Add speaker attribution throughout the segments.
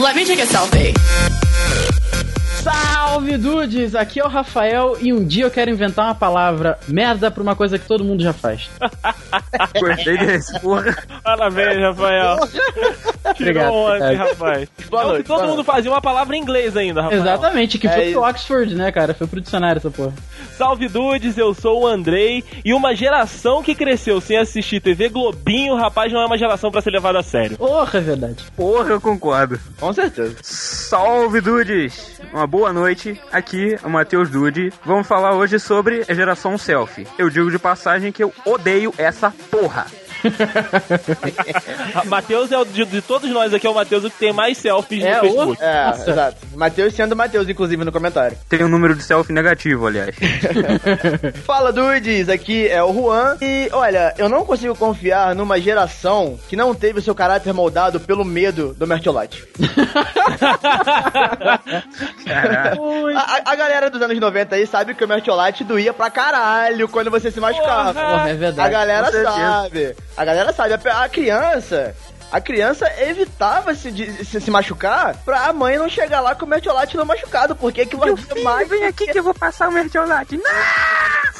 Speaker 1: Let me take a selfie.
Speaker 2: Salve dudes, aqui é o Rafael e um dia eu quero inventar uma palavra merda pra uma coisa que todo mundo já faz.
Speaker 3: Gostei desse, porra.
Speaker 4: Parabéns, Rafael.
Speaker 2: Obrigado,
Speaker 4: Tirou ontem,
Speaker 2: obrigado.
Speaker 4: rapaz.
Speaker 5: Boa
Speaker 4: É o que
Speaker 5: noite,
Speaker 4: todo
Speaker 5: boa
Speaker 4: mundo fazia uma palavra em inglês ainda, Rafael.
Speaker 2: Exatamente, que
Speaker 5: É
Speaker 2: foi
Speaker 5: isso.
Speaker 2: pro Oxford, né, cara? Foi pro dicionário essa porra.
Speaker 4: Salve dudes, eu sou o Andrei e uma geração que cresceu sem assistir TV Globinho, rapaz, não é uma geração pra ser levada a sério.
Speaker 2: Porra, é verdade.
Speaker 3: Porra, eu concordo.
Speaker 5: Com certeza.
Speaker 3: Salve, Dudes! Uma boa noite. Aqui é o Matheus Dude. Vamos falar hoje sobre a geração selfie. Eu digo de passagem que eu odeio essa porra.
Speaker 4: A- Matheus é o de, de todos nós aqui, é o Matheus o que tem mais selfies
Speaker 2: É,
Speaker 4: no Facebook.
Speaker 5: É,
Speaker 2: Nossa.
Speaker 5: exato. Matheus sendo Matheus, inclusive, no comentário.
Speaker 3: Tem um número de selfie negativo, aliás.
Speaker 5: Fala, dudes! Aqui é o Juan. E, olha, eu não consigo confiar numa geração que não teve o seu caráter moldado pelo medo do Mertiolate.
Speaker 3: Caralho.
Speaker 2: Ui,
Speaker 5: A, a- a galera dos anos 90 aí sabe que o Mertiolate doía pra caralho quando você se machucava.
Speaker 2: Porra, é
Speaker 5: Ah, A
Speaker 2: verdade.
Speaker 5: galera
Speaker 3: com certeza.
Speaker 5: sabe. A galera sabe. A, pe- a criança... A criança evitava se, de- se, se machucar pra a mãe não chegar lá com o mertiolate no machucado, porque aquilo ardia mais.
Speaker 3: vem aqui que eu vou passar o mertiolate.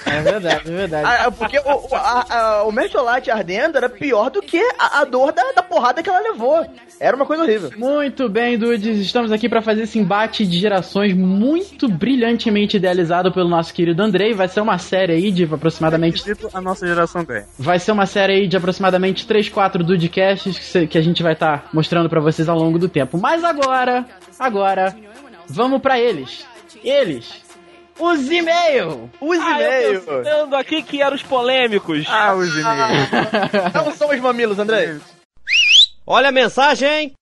Speaker 2: É verdade, é verdade.
Speaker 5: Ah, ah, porque o, o, a- a- o mertiolate ardendo era pior do que a, a dor da, da porrada que ela levou. Era uma coisa horrível.
Speaker 2: Ah, Muito bem, dudes, estamos aqui pra fazer esse embate de gerações muito brilhantemente idealizado pelo nosso querido Andrei. Vai ser uma série aí de aproximadamente
Speaker 3: A nossa geração ganha.
Speaker 2: Vai ser uma série aí de aproximadamente 3, 4 Dudcasts que, cê- que a gente vai estar mostrando pra vocês ao longo do tempo. Mas agora, agora, vamos pra eles. Eles. Os e-mail.
Speaker 5: Os
Speaker 4: Ah, eu
Speaker 5: e-mails.
Speaker 4: pensando aqui que eram os polêmicos.
Speaker 3: Ah, os e-mails.
Speaker 5: Não são os mamilos, André.
Speaker 6: Olha a mensagem!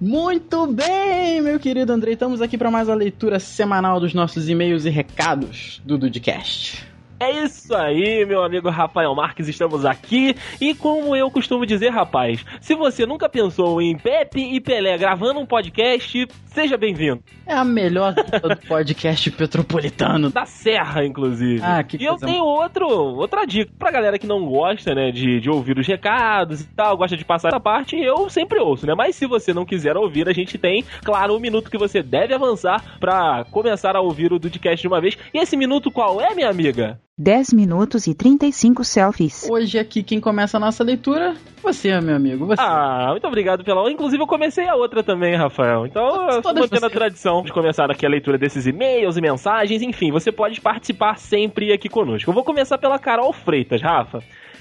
Speaker 2: Muito bem, meu querido Andrei, estamos aqui pra mais uma leitura semanal dos nossos e-mails e recados do Dudcast.
Speaker 4: É isso aí, meu amigo Rafael Marques, estamos aqui. E como eu costumo dizer, rapaz, se você nunca pensou em Pepe e Pelé gravando um podcast, seja bem-vindo.
Speaker 2: É a melhor dupla do podcast petropolitano.
Speaker 4: Da Serra, inclusive.
Speaker 2: Ah, que
Speaker 4: e eu
Speaker 2: coisa
Speaker 4: tenho outro, outra dica pra galera que não gosta, né, de, de ouvir os recados e tal, gosta de passar essa parte, eu sempre ouço, né? Mas se você não quiser ouvir, a gente tem, claro, um minuto que você deve avançar pra começar a ouvir o podcast de uma vez. E esse minuto qual é, minha amiga?
Speaker 7: 10 minutos e 35 selfies.
Speaker 2: Hoje aqui quem começa a nossa leitura, você, meu amigo, você.
Speaker 4: Ah, muito obrigado pela aula. Inclusive, eu comecei a outra também, Rafael. Então, eu tô
Speaker 2: Todas
Speaker 4: mantendo a
Speaker 2: vocês.
Speaker 4: tradição de começar aqui a leitura desses e-mails e mensagens. Enfim, você pode participar sempre aqui conosco. Eu vou começar pela Carol Freitas, Rafa.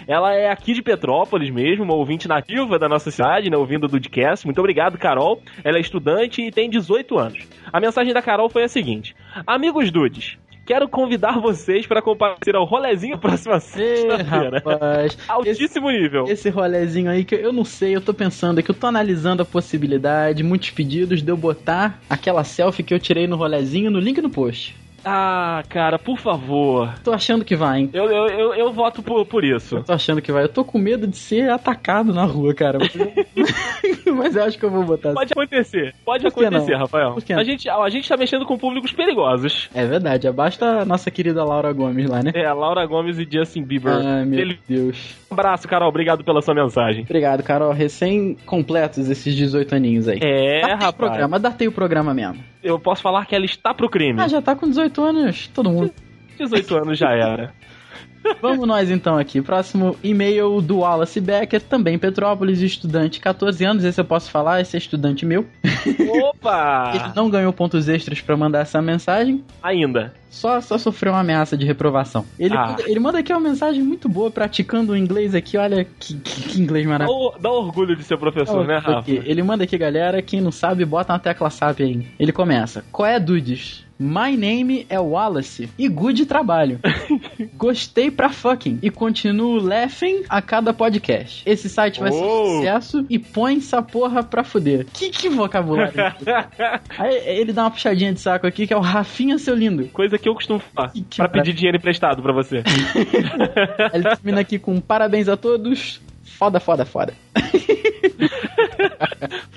Speaker 4: Ela é aqui de Petrópolis mesmo, uma ouvinte nativa da nossa cidade, né, ouvindo o Dudcast. Muito obrigado, Carol. Ela é estudante e tem 18 anos. A mensagem da Carol foi a seguinte: Amigos Dudes, quero convidar vocês para comparecer ao rolezinho próxima
Speaker 2: Ê,
Speaker 4: sexta-feira.
Speaker 2: rapaz.
Speaker 4: Altíssimo nível.
Speaker 2: Esse rolezinho aí que eu não sei, eu tô pensando aqui, eu tô analisando a possibilidade, muitos pedidos de eu botar aquela selfie que eu tirei no rolezinho no link no post.
Speaker 4: Ah, cara, por favor.
Speaker 2: Tô achando que vai, hein?
Speaker 4: Eu, eu, eu, eu voto por, por isso.
Speaker 2: Tô achando que vai. Eu tô com medo de ser atacado na rua, cara. Mas eu acho que eu vou botar.
Speaker 4: Pode acontecer, pode
Speaker 2: Por que não?
Speaker 4: acontecer, Rafael.
Speaker 2: Por que não?
Speaker 4: A gente, a gente tá mexendo com públicos perigosos.
Speaker 2: É verdade, abasta a nossa querida Laura Gomes lá, né?
Speaker 4: É, Laura Gomes e Justin Bieber.
Speaker 2: Ai, meu
Speaker 4: Ele-
Speaker 2: Deus.
Speaker 4: Um abraço, Carol, obrigado pela sua mensagem.
Speaker 2: Obrigado, Carol. Recém-completos esses 18 aninhos aí. Datei
Speaker 4: É,
Speaker 2: o
Speaker 4: rapaz,
Speaker 2: Tá programa, datei o programa mesmo.
Speaker 4: eu posso falar que ela está pro crime.
Speaker 2: Ah, já tá com 18 anos, todo mundo.
Speaker 4: 18 anos já era.
Speaker 2: Vamos nós então aqui. Próximo e-mail do Wallace Becker, também Petrópolis, estudante, 14 anos. Esse eu posso falar, esse é estudante meu. Ele
Speaker 4: Opa!
Speaker 2: não ganhou pontos extras pra mandar essa mensagem,
Speaker 4: Ainda.
Speaker 2: só, só sofreu uma ameaça de reprovação. Ele,
Speaker 4: Ah.
Speaker 2: manda, ele manda aqui uma mensagem muito boa, praticando o inglês aqui. Olha que, que- que inglês
Speaker 4: Dá,
Speaker 2: maravilhoso.
Speaker 4: o- dá orgulho de ser professor, né, Rafa?
Speaker 2: Aqui. Ele manda aqui, galera. Quem não sabe, bota na tecla SAP aí. Ele começa. Qual é, dudes? My name é Wallace e good trabalho. Gostei pra fucking e continuo laughing a cada podcast. Esse site vai ser
Speaker 4: Uou.
Speaker 2: um sucesso e põe essa porra pra fuder. Que, que vocabulário. aí ele dá uma puxadinha de saco aqui que é o Rafinha, seu lindo.
Speaker 4: Coisa que eu costumo falar.
Speaker 2: Que- que
Speaker 4: Pra
Speaker 2: maravilha.
Speaker 4: pedir dinheiro emprestado pra você.
Speaker 2: Ele termina aqui com parabéns a todos. Foda, foda, foda.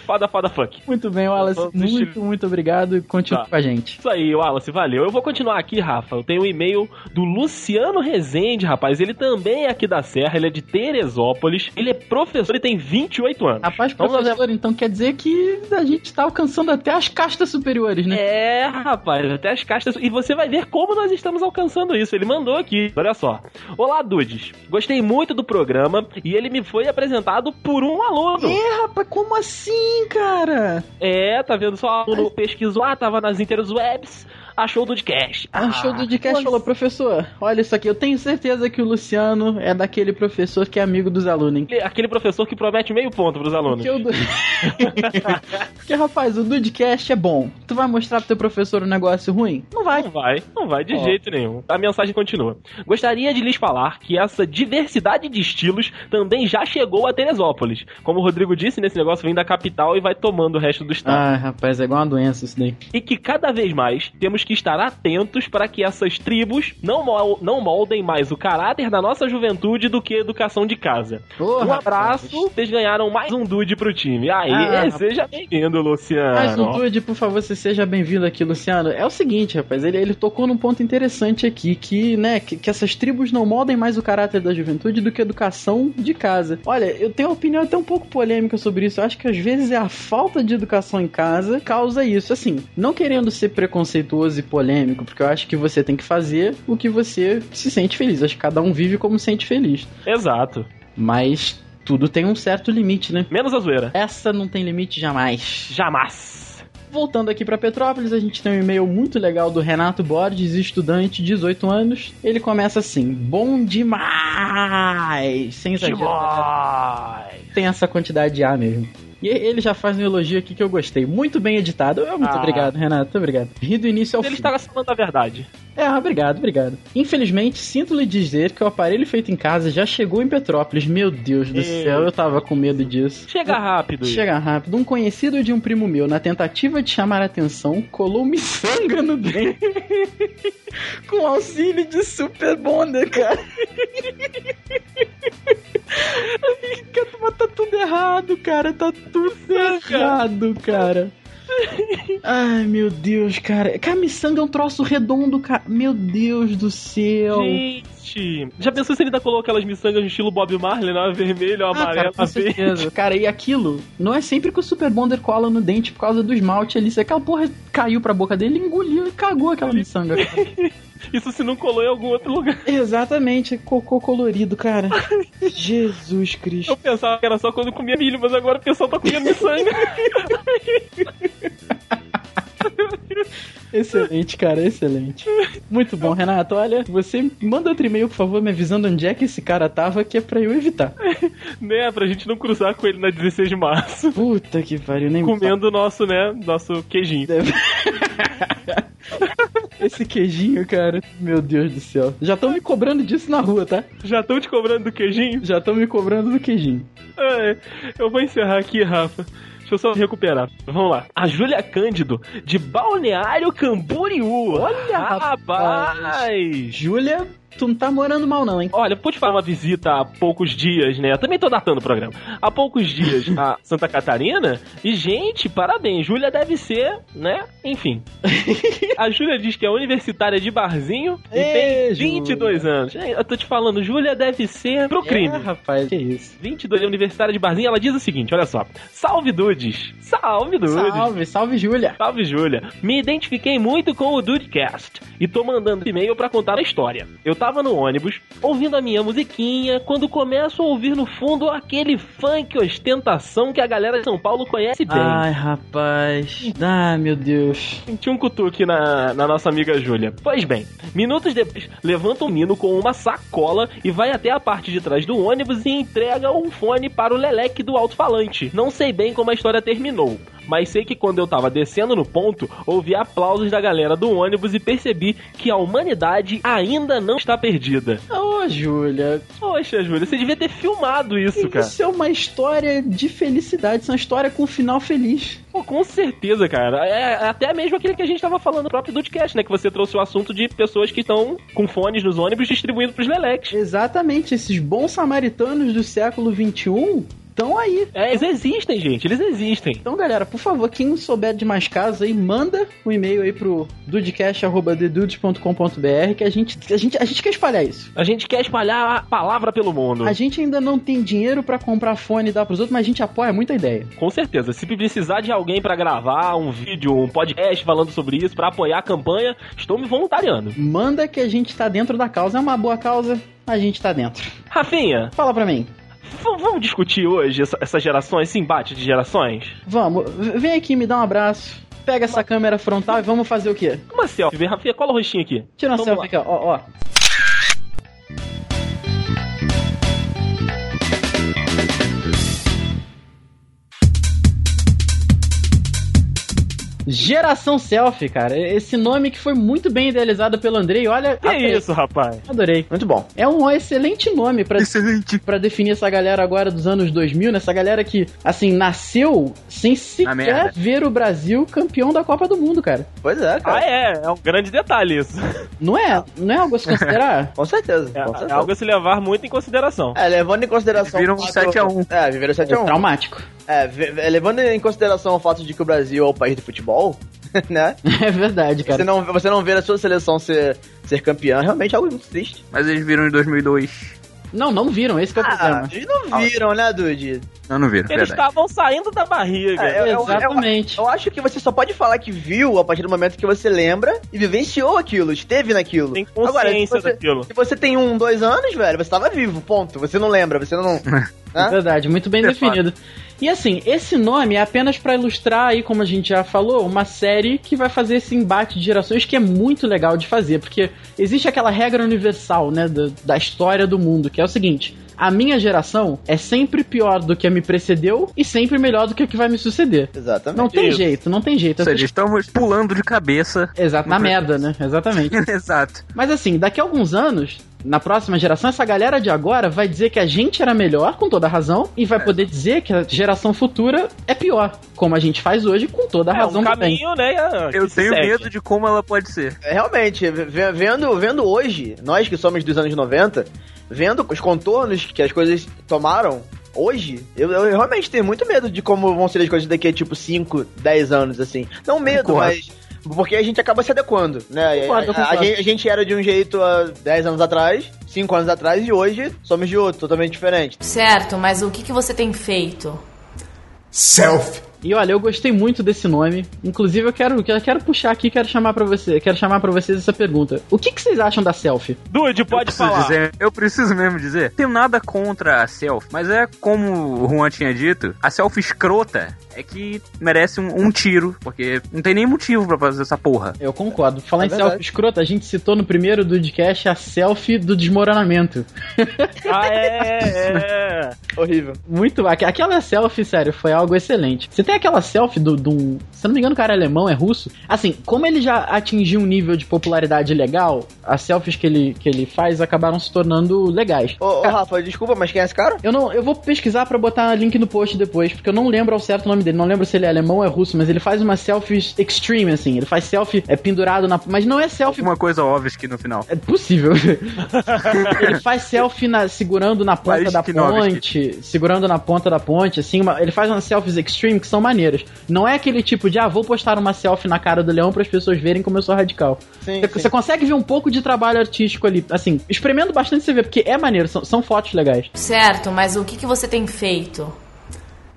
Speaker 4: fada, fada, funk.
Speaker 2: Muito bem, Wallace.
Speaker 4: Vamos
Speaker 2: Muito,
Speaker 4: assistir.
Speaker 2: muito obrigado e continue
Speaker 4: Tá.
Speaker 2: com a gente.
Speaker 4: Isso aí, Wallace, valeu. Eu vou continuar aqui, Rafa. Eu tenho um e-mail do Luciano Rezende, rapaz. Ele também é aqui da Serra, ele é de Teresópolis. Ele é professor e tem 28 anos.
Speaker 2: Rapaz,
Speaker 4: Vamos lá,
Speaker 2: professor, então quer dizer que a gente tá alcançando até as castas superiores, né?
Speaker 4: É, rapaz, até as castas. E você vai ver como nós estamos alcançando isso. Ele mandou aqui, olha só. Olá, Dudes. Gostei muito do programa e ele me foi apresentado por um aluno.
Speaker 2: Rapaz, Ah, como assim, cara?
Speaker 4: É, tá vendo só? O aluno pesquisou, ah, tava nas interwebs, achou o Dudcast.
Speaker 2: Ah, o show do podcast falou, professor, olha isso aqui, eu tenho certeza que o Luciano é daquele professor que é amigo dos alunos, hein?
Speaker 4: Aquele- Ah, Aquele professor que promete meio ponto pros alunos.
Speaker 2: Porque, o du- Porque, rapaz, o Dudcast é bom. Tu vai mostrar pro teu professor um negócio ruim? Não vai.
Speaker 4: Não vai, não vai de
Speaker 2: Ó.
Speaker 4: jeito nenhum. A mensagem continua. Gostaria de lhes falar que essa diversidade de estilos também já chegou a Teresópolis. Como o Rodrigo disse, nesse negócio vem da capital e vai tomando o resto do estado.
Speaker 2: Ah, rapaz, é igual uma doença isso daí.
Speaker 4: E que cada vez mais temos que estar atentos para que essas tribos não, mol- não moldem mais o caráter da nossa juventude do que a educação de casa.
Speaker 2: Ô,
Speaker 4: Um
Speaker 2: rapaz.
Speaker 4: abraço, vocês ganharam mais um dude pro time. Aí, eh,
Speaker 2: Ah,
Speaker 4: seja bem-vindo, Luciano.
Speaker 2: Mas o Dude, por favor, você seja bem-vindo aqui, Luciano. É o seguinte, rapaz, ele, ele tocou num ponto interessante aqui, que, né, que, que essas tribos não moldem mais o caráter da juventude do que a educação de casa. Olha, eu tenho uma opinião até um pouco polêmica sobre isso. Eu acho que às vezes é a falta de educação em casa causa isso. Assim, não querendo ser preconceituoso e polêmico, porque eu acho que você tem que fazer o que você se sente feliz. Acho que cada um vive como se sente feliz.
Speaker 4: Exato.
Speaker 2: Mas tudo tem um certo limite, né?
Speaker 4: Menos a zoeira.
Speaker 2: Essa não tem limite jamais.
Speaker 4: Jamais.
Speaker 2: Voltando aqui para Petrópolis, a gente tem um e-mail muito legal do Renato Borges, estudante, 18 anos. Ele começa assim: Bom demais! Sem exagero,
Speaker 4: Demais.
Speaker 2: tem essa quantidade de A mesmo. E ele já faz um elogio aqui que eu gostei. Muito bem editado. Eu- Muito
Speaker 4: Ah.
Speaker 2: obrigado, Renato. Obrigado. Ri do início ao
Speaker 4: Ele tá-
Speaker 2: fim.
Speaker 4: estava falando a verdade.
Speaker 2: É, obrigado, obrigado. Infelizmente, sinto lhe dizer que o aparelho feito em casa já chegou em Petrópolis. Meu Deus do
Speaker 4: Meu
Speaker 2: céu, eu tava com medo disso.
Speaker 4: Chega rápido.
Speaker 2: É, Chega rápido. Um conhecido de um primo meu, na tentativa de chamar a atenção, colou miçanga no dente. Com auxílio de Super Bonder, cara. Mas tá tudo errado, cara. Tá tudo errado, cara. Ai, meu Deus, cara. Cara, miçanga é um troço redondo, cara. Meu Deus do céu.
Speaker 4: Gente, já pensou se ele ainda colocou aquelas miçangas no estilo Bob Marley, né? Vermelho,
Speaker 2: Ah,
Speaker 4: amarelo, assim.
Speaker 2: cara, com
Speaker 4: verde.
Speaker 2: certeza. Cara, e aquilo não é sempre que o Super Bonder cola no dente por causa do esmalte ali. Se aquela porra caiu pra boca dele, ele engoliu e cagou aquela miçanga.
Speaker 4: Isso se não colou em algum outro lugar.
Speaker 2: Exatamente, cocô colorido, cara. Jesus Cristo.
Speaker 4: Eu pensava que era só quando comia milho, mas agora o pessoal tá comendo miçanga.
Speaker 2: Excelente, cara, excelente. Muito bom, Renato. Olha, você manda outro e-mail, por favor, me avisando onde é que esse cara tava, que é pra eu evitar.
Speaker 4: né? Pra gente não cruzar com ele na 16 de março.
Speaker 2: Puta que pariu, nem me fala.
Speaker 4: Comendo o nosso, né? Nosso queijinho.
Speaker 2: Esse queijinho, cara. Meu Deus do céu. Já estão me cobrando disso na rua, tá?
Speaker 4: Já estão te cobrando do queijinho?
Speaker 2: Já estão me cobrando do queijinho.
Speaker 4: Ai, eu vou encerrar aqui, Rafa. Deixa eu só recuperar. Vamos lá. A Júlia Cândido, de Balneário Camboriú. Olha,
Speaker 2: rapaz. Júlia, tu não tá morando mal, não, hein?
Speaker 4: Olha, eu pude falar uma visita há poucos dias, né? Eu também tô datando o programa. Há poucos dias a Santa Catarina. E, gente, parabéns. Júlia deve ser, né? Enfim. A Júlia diz que é universitária de barzinho e
Speaker 2: Ê,
Speaker 4: tem 22 anos. Eu tô te falando, Júlia deve ser pro crime.
Speaker 2: É, rapaz, que isso.
Speaker 4: 22 é universitária de Barzinho, ela diz o seguinte, olha só. Salve, dudes! Salve, dudes! Salve.
Speaker 2: Salve, salve, Júlia.
Speaker 4: Júlia. Me identifiquei muito com o Dudecast e tô mandando um e-mail pra contar a história. Eu tava no ônibus, ouvindo a minha musiquinha, quando começo a ouvir no fundo aquele funk ostentação que a galera de São Paulo conhece bem.
Speaker 2: Ai, rapaz. Ah, meu Deus.
Speaker 4: Senti um cutuque na, na nossa amiga Júlia. Pois bem, minutos depois, levanta o Mino com uma sacola e vai até a parte de trás do ônibus e entrega um fone para o Leleque do alto-falante. Não sei bem como a história terminou, mas sei que quando eu tava descendo no ponto, ouvi aplausos da galera do ônibus e percebi que a humanidade ainda não está perdida.
Speaker 2: Ô, Júlia,
Speaker 4: Poxa, Júlia, você devia ter filmado isso, cara.
Speaker 2: isso é uma história de felicidade. Isso é uma história com um final feliz.
Speaker 4: Pô, com certeza, cara. É até mesmo aquele que a gente tava falando no próprio Dudcast, né? Que você trouxe o assunto de pessoas que estão com fones nos ônibus distribuindo pros leleques.
Speaker 2: Exatamente, esses bons samaritanos do século XXI estão um aí.
Speaker 4: É, eles existem, gente. Eles existem.
Speaker 2: Então, galera, por favor, quem souber de mais casos aí, manda um e-mail aí pro dudecast.com.br que a gente, a gente a gente quer espalhar isso.
Speaker 4: A gente quer espalhar a palavra pelo mundo.
Speaker 2: A gente ainda não tem dinheiro pra comprar fone e dar pros outros, mas a gente apoia muita ideia.
Speaker 4: Com certeza. Se precisar de alguém pra gravar um vídeo, um podcast falando sobre isso, pra apoiar a campanha, estou me voluntariando.
Speaker 2: Manda que a gente tá dentro da causa. É uma boa causa, a gente tá dentro.
Speaker 4: Rafinha,
Speaker 2: Fala pra mim.
Speaker 4: v- vamos discutir hoje essa- essas gerações, esse embate de gerações?
Speaker 2: Vamos, v- vem aqui, me dá um abraço. Pega essa câmera frontal e vamos fazer o quê?
Speaker 4: Uma selfie, assim, Rafinha, cola o rostinho aqui.
Speaker 2: Tira uma
Speaker 4: Vamos
Speaker 2: selfie
Speaker 4: lá.
Speaker 2: aqui, ó, ó, ó. Geração Selfie, cara. Esse nome que foi muito bem idealizado pelo Andrei. Olha,
Speaker 4: Que
Speaker 2: adorei,
Speaker 4: isso, rapaz?
Speaker 2: Adorei.
Speaker 5: Muito bom.
Speaker 2: É um excelente nome pra
Speaker 3: né? Excelente.
Speaker 2: Pra definir essa galera agora dos anos 2000, né? Essa galera que, assim, nasceu sem sequer
Speaker 3: merda.
Speaker 2: ver o Brasil campeão da Copa do Mundo, cara.
Speaker 5: Pois é,
Speaker 4: Ah,
Speaker 5: cara.
Speaker 4: é, é um grande detalhe isso.
Speaker 2: Não é, não é algo a se considerar?
Speaker 5: Com certeza.
Speaker 4: É,
Speaker 5: com
Speaker 4: é
Speaker 5: certeza.
Speaker 4: algo a se levar muito em consideração.
Speaker 5: É, levando em consideração.
Speaker 3: Viram
Speaker 5: o fato-
Speaker 3: 7 a 1.
Speaker 5: É, viveram 7x1.
Speaker 2: Traumático.
Speaker 5: É, ve- ve- levando em consideração o fato de que o Brasil é o país do futebol, né?
Speaker 2: É verdade,
Speaker 5: Você
Speaker 2: cara.
Speaker 5: não, você não ver a sua seleção ser, ser campeã, realmente é algo muito triste.
Speaker 3: Mas eles viram em 2002.
Speaker 2: Não, não viram, esse que é o
Speaker 5: Ah,
Speaker 2: problema.
Speaker 5: eles não viram, né, Dude?
Speaker 3: Não, não viram,
Speaker 4: Eles tá-
Speaker 3: verdade.
Speaker 4: estavam saindo da barriga.
Speaker 5: É, eu- eu-
Speaker 2: Exatamente.
Speaker 5: Eu acho que você só pode falar que viu a partir do momento que você lembra e vivenciou aquilo, esteve naquilo.
Speaker 4: Tem consciência
Speaker 5: Agora, se você,
Speaker 4: daquilo.
Speaker 5: se você tem um, dois anos, velho, você tava vivo, ponto. Você não lembra, você não.
Speaker 2: É verdade, muito bem
Speaker 3: É
Speaker 2: definido. E assim, esse nome é apenas pra ilustrar aí, como a gente já falou, uma série que vai fazer esse embate de gerações que é muito legal de fazer, porque existe aquela regra universal, né, do- da história do mundo, que é o seguinte: a minha geração é sempre pior do que a me precedeu e sempre melhor do que a que vai me suceder.
Speaker 5: Exatamente.
Speaker 2: Não tem
Speaker 4: Isso.
Speaker 2: jeito, não tem jeito.
Speaker 3: Ou seja, estamos pulando de cabeça.
Speaker 2: Exato, na merda, né? Exatamente.
Speaker 3: Exato.
Speaker 2: Mas assim, daqui a alguns anos, na próxima geração, essa galera de agora vai dizer que a gente era melhor, com toda razão, e
Speaker 4: É.
Speaker 2: vai poder dizer que a geração futura é pior, como a gente faz hoje, com toda
Speaker 4: É
Speaker 2: razão
Speaker 4: um
Speaker 2: também.
Speaker 4: caminho, né? que
Speaker 3: Eu
Speaker 4: se
Speaker 3: tenho
Speaker 4: segue.
Speaker 3: medo de como ela pode ser.
Speaker 5: É, Realmente, ve- vendo, vendo hoje, nós que somos dos anos 90, vendo os contornos que as coisas tomaram hoje, eu, eu realmente tenho muito medo de como vão ser as coisas daqui a tipo 5, 10 anos, assim. Não medo,
Speaker 3: Concordo.
Speaker 5: mas. Porque a gente acaba se adequando, né?
Speaker 2: Concordo,
Speaker 5: A- a,
Speaker 2: concordo.
Speaker 5: gente, a gente era de um jeito há 10 anos atrás, 5 anos atrás, e hoje somos de outro, totalmente diferente.
Speaker 1: Certo, mas o que, que você tem feito?
Speaker 8: Selfie.
Speaker 2: E olha, eu gostei muito desse nome. Inclusive, eu quero, eu quero puxar aqui, quero chamar para você, quero chamar para vocês essa pergunta. O que, que vocês acham da selfie?
Speaker 4: Dude, pode
Speaker 3: Preciso
Speaker 4: falar.
Speaker 3: dizer- eu preciso mesmo dizer. Tenho nada contra a selfie, mas é como o Juan tinha dito, a selfie escrota é que merece um, um tiro, porque não tem nem motivo pra fazer essa porra.
Speaker 2: Eu concordo. Falar
Speaker 5: É
Speaker 2: em
Speaker 5: verdade.
Speaker 2: selfie escrota, a gente citou no primeiro do podcast a selfie do desmoronamento.
Speaker 4: Ah, é, é.
Speaker 5: Horrível.
Speaker 2: Muito. aque- Aquela selfie, sério, foi algo excelente. Você tem aquela selfie do. do se eu não me engano, o cara é alemão, é russo. Assim, como ele já atingiu um nível de popularidade legal, as selfies que ele, que ele faz acabaram se tornando legais.
Speaker 5: Ô, ô, Rafa, desculpa, mas quem é esse cara?
Speaker 2: Eu não, eu vou pesquisar pra botar link no post depois, porque eu não lembro ao certo o nome dele. Não lembro se ele é alemão ou é russo, mas ele faz uma selfie extreme assim. Ele faz selfie é pendurado na, mas não é selfie
Speaker 3: Uma coisa óbvia aqui no final.
Speaker 2: é possível. ele faz selfie na- segurando na ponta
Speaker 3: Mas
Speaker 2: da
Speaker 3: que nome,
Speaker 2: ponte, segurando na ponta da ponte, assim, uma- ele faz umas selfies extreme que são maneiras. Não é aquele tipo de, ah, vou postar uma selfie na cara do leão para as pessoas verem como eu sou radical.
Speaker 5: Sim,
Speaker 2: Você, você consegue ver um pouco de trabalho artístico ali, assim, espremendo bastante você vê, porque é maneiro, são, são fotos legais.
Speaker 1: Certo, mas o que, que você tem feito?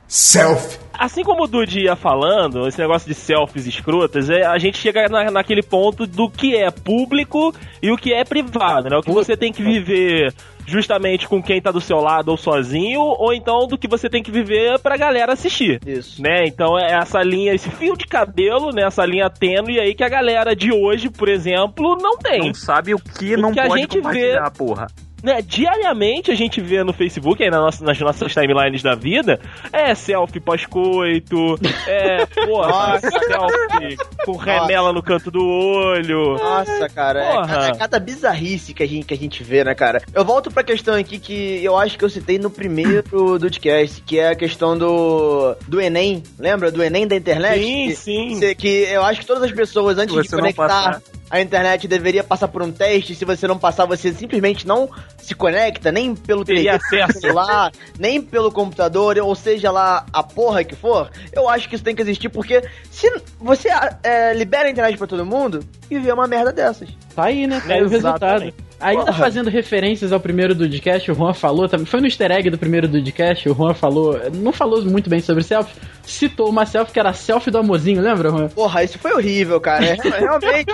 Speaker 8: Selfie.
Speaker 4: Assim como o Dude ia falando, esse negócio de selfies escrotas, é, a gente chega na- naquele ponto do que é público e o que é privado, né? O que você tem que viver justamente com quem tá do seu lado ou sozinho, ou então do que você tem que viver pra galera assistir.
Speaker 5: Isso.
Speaker 4: Né? Então é essa linha, esse fio de cabelo, né? Essa linha tênue aí que a galera de hoje, por exemplo, não tem.
Speaker 3: Não sabe o que
Speaker 4: O
Speaker 3: não
Speaker 4: que a
Speaker 3: pode
Speaker 4: gente vê-
Speaker 3: compartilhar, porra.
Speaker 4: né, diariamente a gente vê no Facebook, aí na nossa- nas nossas timelines da vida, é selfie pós-coito, é, porra,
Speaker 5: Nossa.
Speaker 4: selfie com remela no canto do olho.
Speaker 5: Nossa, cara, é
Speaker 4: Porra.
Speaker 5: cada, é cada bizarrice que a, gente, que a gente vê, né, cara? Eu volto pra questão aqui que eu acho que eu citei no primeiro do podcast, que é a questão do do Enem, lembra? Do Enem da internet?
Speaker 4: Sim,
Speaker 5: Que-
Speaker 4: sim.
Speaker 5: se- Que eu acho que todas as pessoas, antes
Speaker 3: Você
Speaker 5: de
Speaker 3: não
Speaker 5: conectar
Speaker 3: passar.
Speaker 5: a internet deveria passar por um teste, se você não passar, você simplesmente não se conecta, nem pelo
Speaker 4: Teria
Speaker 5: telefone, pelo
Speaker 4: acesso.
Speaker 5: celular, nem pelo computador, ou seja lá a porra que for, eu acho que isso tem que existir, porque se você é, libera a internet pra todo mundo, e vê uma merda dessas.
Speaker 2: Tá aí, né, cara? E o
Speaker 5: Exatamente.
Speaker 2: resultado. Ainda
Speaker 5: Porra.
Speaker 2: fazendo referências ao primeiro Dudcast, o Juan falou também. Foi no easter egg do primeiro Dudcast, o Juan falou. Não falou muito bem sobre selfie, citou uma selfie que era a selfie do amorzinho, lembra, Juan?
Speaker 5: Porra, isso foi horrível, cara. É, Realmente,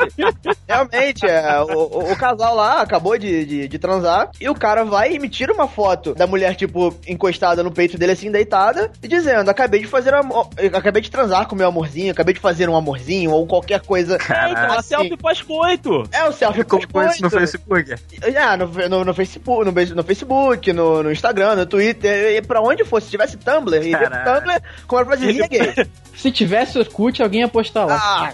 Speaker 5: realmente, é, o, o- o casal lá acabou de, de, de transar e o cara vai e me tira uma foto da mulher, tipo, encostada no peito dele, assim, deitada, e dizendo: Acabei de fazer amor, eu acabei de transar com meu amorzinho, acabei de fazer um amorzinho, ou qualquer coisa.
Speaker 4: É, então, a
Speaker 5: assim.
Speaker 4: selfie pós-coito.
Speaker 5: É o selfie
Speaker 3: Colocou isso no Facebook.
Speaker 5: É, no, no, no Facebook, no, Face- no Facebook, no, no Instagram, no Twitter, e pra onde for, se tivesse Tumblr, e
Speaker 3: Caralho.
Speaker 5: Tumblr, como era pra dizer, "Ih, gay.
Speaker 2: Se tivesse Orkut, alguém ia postar lá.
Speaker 5: Ah,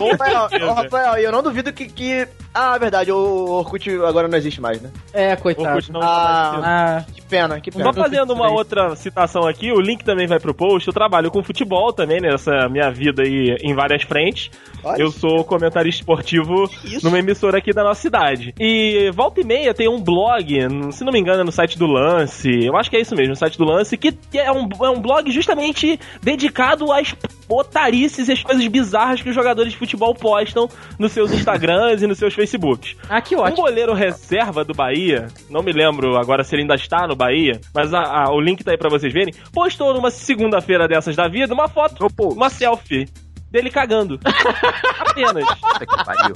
Speaker 5: ô, Rafael, ô, Rafael, e eu não duvido que, que. Ah, é verdade, o Orkut agora não existe mais, né?
Speaker 2: é,
Speaker 4: Vou
Speaker 2: coitado.
Speaker 4: continuar
Speaker 5: Ah.
Speaker 4: falando.
Speaker 2: Ah,
Speaker 5: Que pena, que pena.
Speaker 4: Só fazendo uma outra citação aqui, o link também vai pro post. Eu trabalho com futebol também, nessa minha vida aí em várias frentes.
Speaker 5: Olha.
Speaker 4: Eu sou comentarista esportivo
Speaker 5: isso?
Speaker 4: numa emissora aqui da nossa cidade. E volta e meia tem um blog, se não me engano é no site do Lance, eu acho que é isso mesmo, no site do Lance, que é um, é um blog justamente dedicado às otarices e às coisas bizarras que os jogadores de futebol postam nos seus Instagrams e nos seus Facebooks.
Speaker 2: ah, que
Speaker 4: Um
Speaker 2: ótimo.
Speaker 4: goleiro reserva do Bahia, não me lembro agora se ele ainda está no Bahia, mas a- a- o link tá aí pra vocês verem, postou numa segunda-feira dessas da vida uma foto,
Speaker 3: Ô, pô,
Speaker 4: uma selfie dele cagando. Apenas.
Speaker 3: puta que pariu.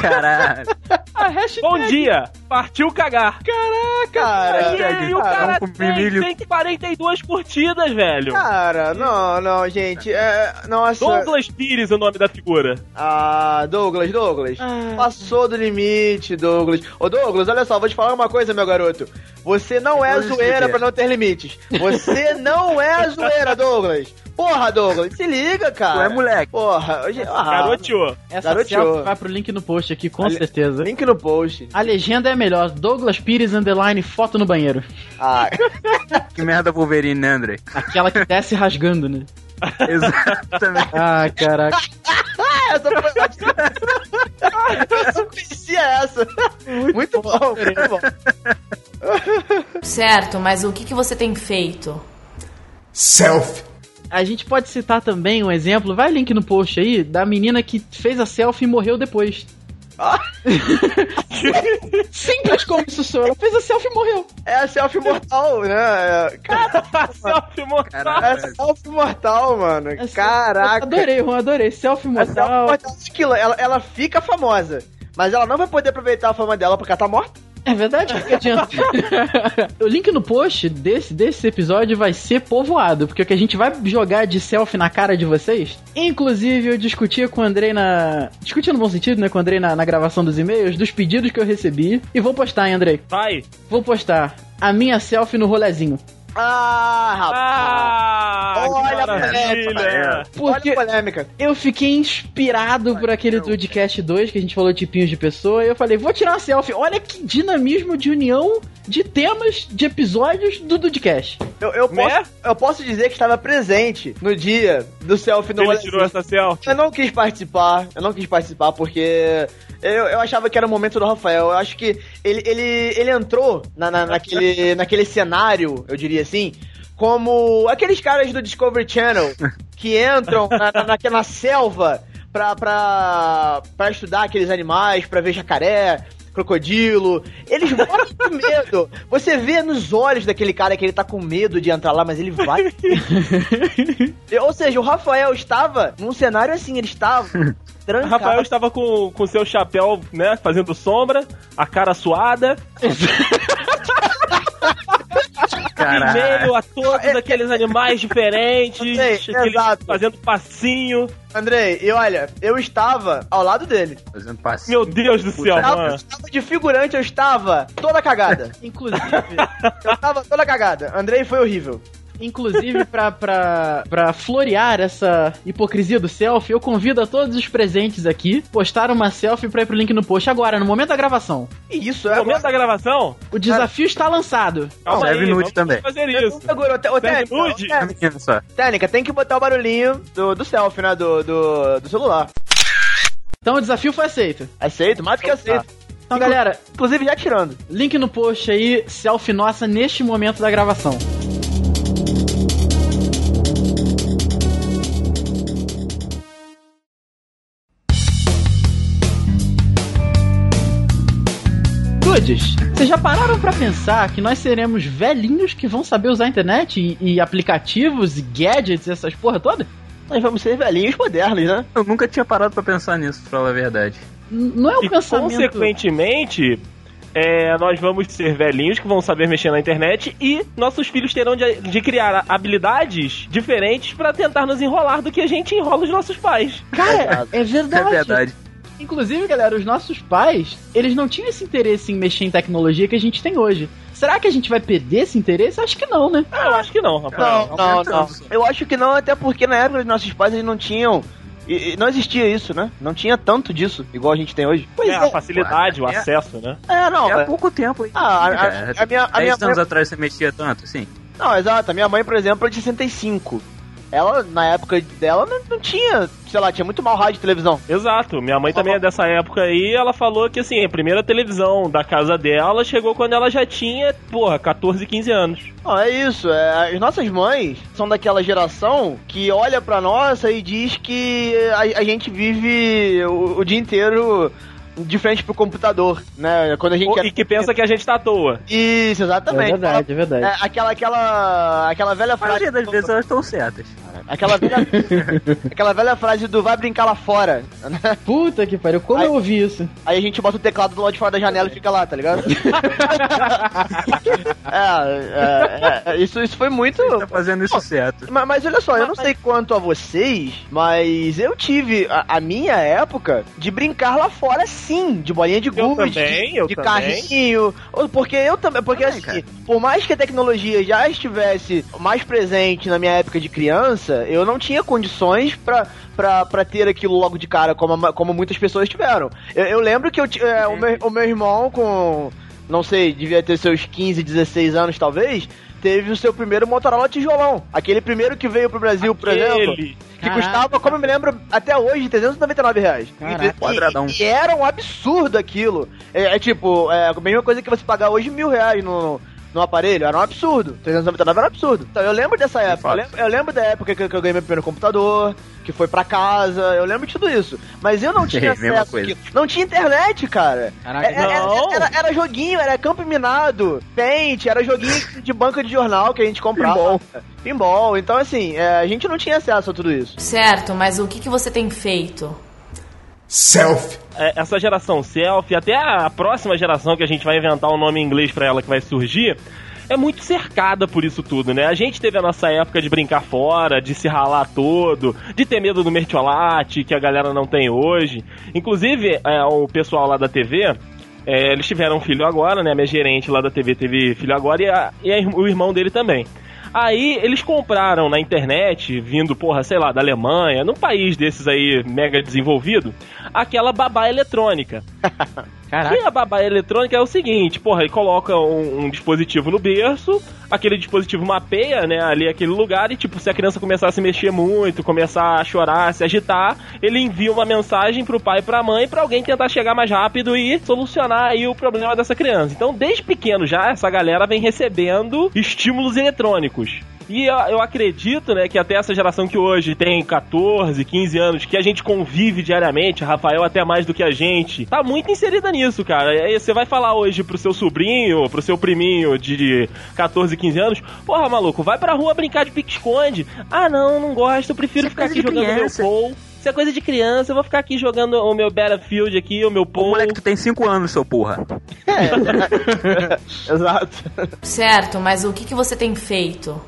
Speaker 3: Caralho. é
Speaker 2: Ah, hashtag-
Speaker 4: Bom dia, partiu cagar.
Speaker 5: cara. é
Speaker 4: e aí, o cara
Speaker 3: com
Speaker 4: tem
Speaker 3: milho.
Speaker 4: 142 curtidas, velho.
Speaker 5: Cara, não, não, gente. É, nossa.
Speaker 4: Douglas Pires é o nome da figura.
Speaker 5: Ah, Douglas, Douglas.
Speaker 4: Ah.
Speaker 5: Passou do limite, Douglas. Ô, Douglas, olha só, vou te falar uma coisa, meu garoto. Você não é
Speaker 3: Douglas
Speaker 5: zoeira
Speaker 3: Ribeiro.
Speaker 5: pra não ter limites. Você não é zoeira, Douglas. Porra, Douglas, se liga,
Speaker 3: Tu
Speaker 5: cara.
Speaker 3: é moleque.
Speaker 5: Porra, hoje. Ah,
Speaker 4: Garoteou.
Speaker 2: Essa
Speaker 5: Garoteou.
Speaker 2: selfie vai pro link no post aqui, com
Speaker 5: Ali-
Speaker 2: certeza.
Speaker 5: Ah, Link no post.
Speaker 2: A legenda é a melhor. Douglas Pires, underline, foto no banheiro.
Speaker 5: Ah,
Speaker 3: Que merda Wolverine, né, André?
Speaker 2: Aquela que desce rasgando, né?
Speaker 3: Exatamente.
Speaker 2: Ah, caraca.
Speaker 5: essa foi ótima. Eu não conhecia essa. Muito, bom, muito bom.
Speaker 1: Certo, mas o que, que você tem feito?
Speaker 8: selfie,
Speaker 2: A gente pode citar também um exemplo, vai link no post aí, da menina que fez a selfie e morreu depois.
Speaker 5: Ah!
Speaker 2: Simples como isso sou, ela fez a selfie e morreu.
Speaker 5: É a selfie mortal, né? É, Cara,
Speaker 4: Selfie mortal.
Speaker 5: é a selfie mortal, mano.
Speaker 2: É selfie-
Speaker 5: Caraca.
Speaker 2: Adorei, Juan, adorei. Selfie
Speaker 5: A selfie
Speaker 2: mortal.
Speaker 5: mortal é aquilo. Ela, ela fica famosa. Mas ela não vai poder aproveitar a fama dela porque ela tá morta.
Speaker 2: É verdade, o que que adianta? o link no post desse, desse episódio vai ser povoado, porque o que a gente vai jogar de selfie na cara de vocês. Inclusive, eu discuti com o Andrei na. Discuti no bom sentido, né? Com o Andrei na, na gravação dos e-mails, dos pedidos que eu recebi. E vou postar, hein, Andrei?
Speaker 4: Vai.
Speaker 2: Vou postar a minha selfie no rolezinho.
Speaker 5: Ah, rapaz.
Speaker 4: Ah,
Speaker 5: Olha a
Speaker 4: que maravilha. Né?
Speaker 5: polêmica.
Speaker 2: Porque-
Speaker 5: Olha a polêmica.
Speaker 2: Eu fiquei inspirado por aquele
Speaker 3: não.
Speaker 2: Dudcast 2 que a gente falou de tipinhos de pessoa. E eu falei, vou tirar uma selfie. Olha que dinamismo de união de temas, de episódios do Dudcast.
Speaker 5: Eu, eu
Speaker 4: Né?
Speaker 5: posso, eu posso dizer que estava presente no dia do selfie no
Speaker 4: Ele
Speaker 5: Rolezinho.
Speaker 4: tirou essa selfie.
Speaker 5: Eu não quis participar, eu não quis participar porque eu, eu achava que era o momento do Rafael. Eu acho que ele, ele, ele entrou na, na- naquele, naquele cenário, eu diria assim, como aqueles caras do Discovery Channel que entram na, na, naque- na selva pra, pra, pra estudar aqueles animais, pra ver jacaré. Crocodilo, eles moram com medo. Você vê nos olhos daquele cara que ele tá com medo de entrar lá, mas ele vai ou seja, o Rafael estava num cenário assim, ele estava trancado.
Speaker 4: Rafael estava com, com seu chapéu, né, fazendo sombra, a cara suada, e
Speaker 3: Caralho.
Speaker 4: meio a todos aqueles animais diferentes,
Speaker 5: Sei,
Speaker 4: aqueles
Speaker 5: exato.
Speaker 4: fazendo passinho.
Speaker 5: Andrei, e olha, eu estava ao lado dele.
Speaker 3: Fazendo passinho.
Speaker 4: Meu Deus do céu,
Speaker 5: Eu estava, eu
Speaker 4: mano.
Speaker 5: estava de figurante, eu estava toda cagada.
Speaker 2: Inclusive,
Speaker 5: Eu estava toda cagada. Andrei foi horrível.
Speaker 2: Inclusive, pra, pra, pra florear essa hipocrisia do selfie, eu convido a todos os presentes aqui postar uma selfie pra ir pro link no post agora, no momento da gravação.
Speaker 5: E isso, é.
Speaker 4: No momento da gravação,
Speaker 2: O desafio está lançado.
Speaker 4: calma
Speaker 3: leve
Speaker 4: aí,
Speaker 3: nude
Speaker 4: vamos
Speaker 3: também.
Speaker 4: fazer isso.
Speaker 5: Agora, ô, Té- ô,
Speaker 4: Serve
Speaker 5: Técnica,
Speaker 4: nude?
Speaker 5: ô, Técnica,
Speaker 3: Menino só.
Speaker 5: né, Técnica, tem que botar o barulhinho do, do selfie, né? Do, do, do celular.
Speaker 2: Então o desafio foi aceito.
Speaker 5: Aceito, mais do que aceito.
Speaker 4: Tá
Speaker 2: Então, galera,
Speaker 5: Inclusive já tirando.
Speaker 2: link no post aí, selfie nossa neste momento da gravação. Dudes, vocês já pararam pra pensar que nós seremos velhinhos que vão saber usar a internet e, e aplicativos e gadgets e essas porra toda?
Speaker 5: Nós vamos ser velhinhos modernos, né?
Speaker 3: Eu nunca tinha parado pra pensar nisso, pra falar a verdade.
Speaker 2: N- Não é um
Speaker 4: E
Speaker 2: pensamento.
Speaker 4: consequentemente, é, nós vamos ser velhinhos que vão saber mexer na internet e nossos filhos terão de, de criar habilidades diferentes pra tentar nos enrolar do que a gente enrola os nossos pais.
Speaker 2: Cara, é verdade.
Speaker 3: É verdade.
Speaker 2: Inclusive, galera, os nossos pais, eles não tinham esse interesse em mexer em tecnologia que a gente tem hoje. Será que a gente vai perder esse interesse? Acho que não, né?
Speaker 4: Eu acho que não, rapaz.
Speaker 5: Não, não, não.
Speaker 3: aumentando.
Speaker 5: Eu acho que não, até porque na época dos nossos pais eles não tinham. E, e não existia isso, né? Não tinha tanto disso, igual a gente tem hoje.
Speaker 4: É, a facilidade, o
Speaker 3: É.
Speaker 4: acesso, né?
Speaker 5: É, não.
Speaker 3: É há
Speaker 5: É
Speaker 3: pouco tempo aí.
Speaker 5: Ah, a- a-
Speaker 3: cara.
Speaker 5: a minha- a
Speaker 3: 10
Speaker 5: minha-
Speaker 3: anos atrás você mexia tanto, sim.
Speaker 5: Não, exato. A minha mãe, por exemplo, é de 65. Ela, na época dela, não, não tinha, sei lá, tinha muito mal rádio e televisão.
Speaker 4: Exato. Minha mãe também é dessa época aí. Ela falou que, assim, a primeira televisão da casa dela chegou quando ela já tinha, porra, 14, 15 anos.
Speaker 5: Não, é isso. é, as nossas mães são daquela geração que olha pra nossa e diz que a, a gente vive o, o dia inteiro de frente pro computador, né? Quando a gente...
Speaker 4: E que pensa que a gente tá à toa.
Speaker 5: Isso, exatamente.
Speaker 2: é verdade.
Speaker 5: É, aquela, aquela, aquela velha
Speaker 3: A maioria
Speaker 5: frase.
Speaker 3: das vezes elas estão certas.
Speaker 5: Aquela velha, aquela velha frase do vai brincar lá fora. né?
Speaker 2: Puta que pariu, como
Speaker 5: Ai.
Speaker 2: eu ouvi isso?
Speaker 5: Aí a gente bota o teclado do lado de fora da janela e fica lá, tá ligado? é, é, é, isso, isso foi muito.
Speaker 3: Você tá fazendo isso certo.
Speaker 5: Mas, mas olha só, eu não sei quanto a vocês, mas eu tive a, a minha época de brincar lá fora, sim, de bolinha de
Speaker 4: Eu
Speaker 5: gude,
Speaker 4: também,
Speaker 5: de,
Speaker 4: eu
Speaker 5: de
Speaker 4: também.
Speaker 5: carrinho. ou- Porque eu também, porque
Speaker 3: Também,
Speaker 5: assim, por mais que a tecnologia já estivesse mais presente na minha época de criança, eu não tinha condições pra, pra, pra ter aquilo logo de cara, como, a ma- como muitas pessoas tiveram. Eu, eu lembro que eu, ti- é, o, meu, o meu irmão com. Não sei, devia ter seus 15, 16 anos talvez. Teve o seu primeiro Motorola tijolão. Aquele primeiro que veio pro Brasil, por exemplo.
Speaker 4: Ele.
Speaker 5: Que
Speaker 2: Caraca.
Speaker 5: custava, como eu me lembro, até hoje, 399 reais.
Speaker 2: Caraca.
Speaker 5: E- e-
Speaker 3: Quadradão.
Speaker 5: E, era um absurdo aquilo. É, é tipo, é a mesma coisa que você pagar hoje mil reais no, no aparelho. Era um absurdo. 399 era um absurdo. Então eu lembro dessa época. Eu
Speaker 3: fato.
Speaker 5: lembro, eu lembro da época que, que eu ganhei meu primeiro computador, que foi pra casa. Eu lembro de tudo isso. Mas eu não tinha
Speaker 3: É, mesma
Speaker 5: acesso.
Speaker 3: coisa.
Speaker 5: àquilo. Não tinha internet, cara. É,
Speaker 2: Caraca,
Speaker 5: Era, era- era- era joguinho, era campo minado, pente, era joguinho de banca de jornal que a gente comprava. Pinball. Então, assim, é, a gente não tinha acesso a tudo isso.
Speaker 1: Certo, mas o que, que você tem feito?
Speaker 8: selfie,
Speaker 4: É, essa geração selfie, até a próxima geração que a gente vai inventar um nome em inglês pra ela que vai surgir, é muito cercada por isso tudo, né? A gente teve a nossa época de brincar fora, de se ralar todo, de ter medo do mertiolate, que a galera não tem hoje. Inclusive, é, o pessoal lá da TV. é, eles tiveram um filho agora, né? A minha gerente lá da TV teve filho agora e, a- e a ir- o irmão dele também. Aí eles compraram na internet, vindo, porra, sei lá, da Alemanha, num país desses aí mega desenvolvido, aquela babá eletrônica.
Speaker 2: caraca.
Speaker 4: E a babá eletrônica é o seguinte, porra, ele coloca um, um dispositivo no berço, aquele dispositivo mapeia, né, ali aquele lugar, e tipo, se a criança começar a se mexer muito, começar a chorar, a se agitar, ele envia uma mensagem pro pai e pra mãe pra alguém tentar chegar mais rápido e solucionar aí o problema dessa criança. Então, desde pequeno já, essa galera vem recebendo estímulos eletrônicos. E eu, eu acredito, né, que até essa geração que hoje tem 14, 15 anos, que a gente convive diariamente, Rafael até mais do que a gente, tá muito inserida nisso, cara. E aí você vai falar hoje pro seu sobrinho, pro seu priminho de 14, 15 anos, porra, maluco, vai pra rua brincar de pique-esconde. Ah, não, não gosto, eu
Speaker 3: Isso
Speaker 4: prefiro
Speaker 3: é
Speaker 4: ficar
Speaker 3: coisa
Speaker 4: aqui
Speaker 3: de
Speaker 4: jogando
Speaker 3: criança.
Speaker 4: meu Pou. Isso é coisa de criança, eu vou ficar aqui jogando o meu Battlefield aqui, o meu
Speaker 3: Ô,
Speaker 4: Pou.
Speaker 3: moleque, tu tem 5 anos, seu porra.
Speaker 5: Exato.
Speaker 1: Certo, mas o que, que você tem feito?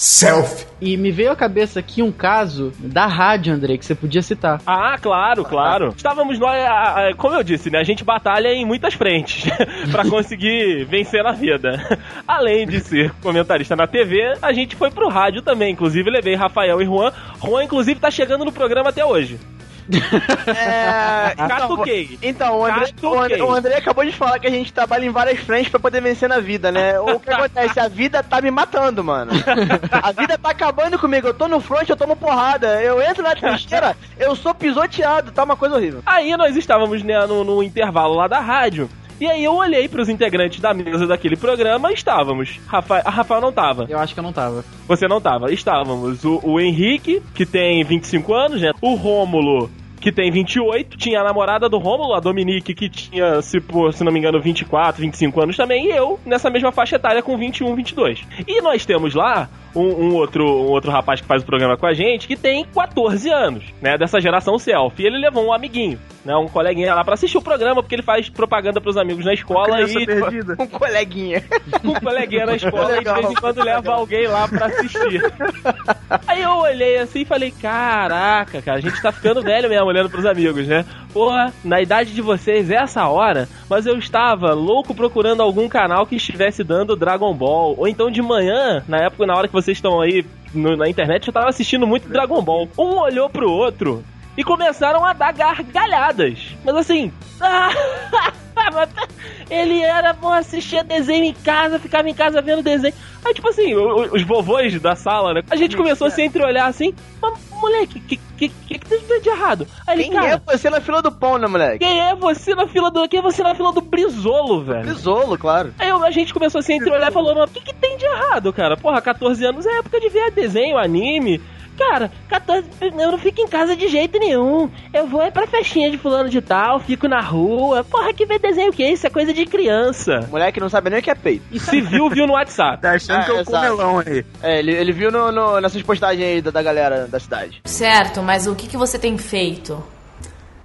Speaker 8: selfie,
Speaker 2: E me veio à cabeça aqui um caso da rádio, Andrei, que você podia citar.
Speaker 4: Ah, claro, claro. Estávamos nós, a- a- como eu disse, né? A gente batalha em muitas frentes pra conseguir vencer na vida. Além de ser comentarista na TV, a gente foi pro rádio também. Inclusive, levei Rafael e Juan. Juan, inclusive, tá chegando no programa até hoje.
Speaker 5: É.
Speaker 4: Catuquei.
Speaker 5: Então, o André, o, André, o André acabou de falar que a gente trabalha em várias frentes pra poder vencer na vida, né? O que acontece? A vida tá me matando, mano. A vida tá acabando comigo. Eu tô no front, eu tomo porrada. Eu entro na trincheira, eu sou pisoteado. Tá uma coisa horrível.
Speaker 4: Aí nós estávamos né, no, no intervalo lá da rádio. E aí eu olhei pros integrantes da mesa daquele programa e estávamos. Rafa, a Rafael não tava.
Speaker 2: Eu acho que eu não tava.
Speaker 4: Você não tava. Estávamos o, o Henrique, que tem 25 anos, né? O Rômulo, que tem 28. Tinha a namorada do Rômulo, a Dominique, que tinha, se, por, se não me engano, 24, 25 anos também. E eu, nessa mesma faixa etária, com 21, 22. E nós temos lá um, um outro, um outro rapaz que faz o programa com a gente, que tem 14 anos, né? Dessa geração selfie. E ele levou um amiguinho, né? Um coleguinha lá pra assistir o programa, porque ele faz propaganda pros amigos na escola
Speaker 3: Criança
Speaker 4: e
Speaker 3: perdida.
Speaker 5: Um coleguinha.
Speaker 4: com o coleguinha na escola e de vez em quando leva alguém lá pra assistir. Aí eu olhei assim e falei: Caraca, cara, a gente tá ficando velho mesmo olhando pros amigos, né? Porra, na idade de vocês, essa hora, mas eu estava louco procurando algum canal que estivesse dando Dragon Ball. Ou então de manhã, na época, na hora que vocês estão aí no- na internet, eu tava assistindo muito Dragon Ball. Um olhou pro outro e começaram a dar gargalhadas. Mas assim. Ele era, pô, assistia desenho em casa, ficava em casa vendo desenho. Aí, tipo assim, o- o- os vovôs da sala, né? A gente começou
Speaker 5: é.
Speaker 4: a se entreolhar assim, mas, moleque, que que, que, que tem de errado? Aí ele,
Speaker 5: Quem
Speaker 4: cara,
Speaker 5: é você na fila do pão, né, moleque?
Speaker 4: quem é você na fila do. Quem é você na fila do Brizolo, velho?
Speaker 5: Pisolo, claro.
Speaker 4: Aí a gente começou assim a se entreolhar e falou, mas o que, que tem de errado, cara? Porra, 14 anos é época de ver desenho, anime. Cara, 14, eu não fico em casa de jeito nenhum. Eu vou é pra festinha de fulano de tal, fico na rua. Porra, que ver desenho que é isso? É coisa de criança.
Speaker 5: Moleque não sabe nem o que é peito.
Speaker 4: E se viu, viu no WhatsApp.
Speaker 3: Tá achando
Speaker 5: Ah,
Speaker 3: que eu
Speaker 5: exato.
Speaker 3: como melão aí.
Speaker 5: É, ele, ele viu no, no- nessas postagens aí da, da galera da cidade.
Speaker 1: Certo, mas o que, que você tem feito?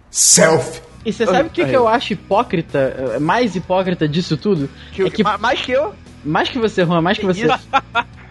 Speaker 8: selfie,
Speaker 2: E você sabe o que, que eu acho hipócrita, eh, mais hipócrita disso tudo?
Speaker 5: Que,
Speaker 2: É que-
Speaker 5: ma- Mais que eu.
Speaker 2: Mais que você, Juan, mais que você.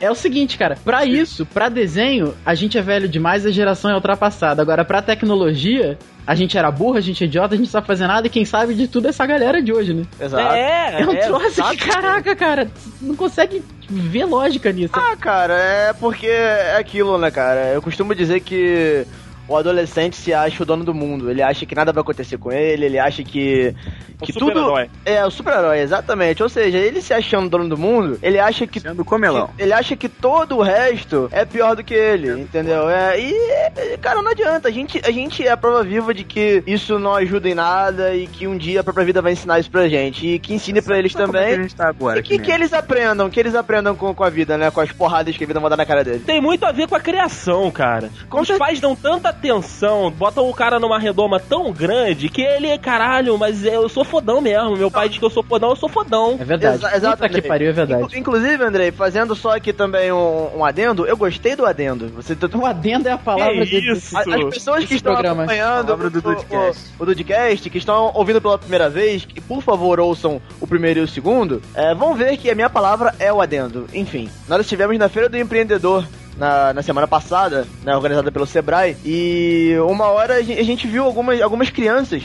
Speaker 2: É o seguinte, cara, pra isso, pra desenho, a gente é velho demais e a geração é ultrapassada. Agora, pra tecnologia, a gente era burro, a gente é idiota, a gente não sabe fazer nada e quem sabe de tudo é essa galera de hoje, né?
Speaker 5: Exato.
Speaker 2: É, um troço que,
Speaker 5: exato.
Speaker 2: caraca, cara, não consegue ver lógica nisso.
Speaker 5: Ah, cara, é porque é aquilo, né, cara? Eu costumo dizer que o adolescente se acha o dono do mundo. Ele acha que nada vai acontecer com ele, ele acha que.
Speaker 4: O
Speaker 5: Que tudo.
Speaker 4: super-herói.
Speaker 5: É, o um super-herói, exatamente. Ou seja, ele se achando dono do mundo, ele acha que.
Speaker 3: Achando é comelão.
Speaker 5: Ele acha que todo o resto é pior do que ele, entendeu? É, e, é, cara, não adianta. A gente, a gente é a prova viva de que isso não ajuda em nada e que um dia a própria vida vai ensinar isso pra gente. E que ensine pra eles
Speaker 3: Sabe como é que
Speaker 5: também.
Speaker 3: a gente tá agora.
Speaker 5: E que,
Speaker 3: aqui,
Speaker 5: que
Speaker 3: né?
Speaker 5: eles aprendam, que eles aprendam com, com a vida, né? Com as porradas que a vida manda na cara dele.
Speaker 4: Tem muito a ver com a criação, cara.
Speaker 5: Com
Speaker 4: Os
Speaker 5: cer-
Speaker 4: pais dão tanta atenção, botam o cara numa redoma tão grande que ele, caralho, mas eu sou fodão mesmo. Meu pai diz que eu sou fodão, eu sou fodão.
Speaker 2: É verdade.
Speaker 5: Exa- exatamente.
Speaker 2: Puta que pariu, é verdade.
Speaker 5: Inclu- Inclusive, Andrei, fazendo só aqui também um, um adendo, eu gostei do adendo. Você tá-
Speaker 2: O adendo é a palavra
Speaker 4: Que
Speaker 2: de-
Speaker 4: isso?
Speaker 5: A- As pessoas
Speaker 2: Esse
Speaker 5: que estão
Speaker 2: programa.
Speaker 5: acompanhando
Speaker 3: Palavra do
Speaker 5: o- o-
Speaker 3: Dudecast.
Speaker 5: o Dudecast, que estão ouvindo pela primeira vez, que por favor ouçam o primeiro e o segundo, é, vão ver que a minha palavra é o adendo. Enfim, nós estivemos na Feira do Empreendedor. Na, na semana passada, né, organizada pelo Sebrae, e uma hora a gen- a gente viu algumas, algumas crianças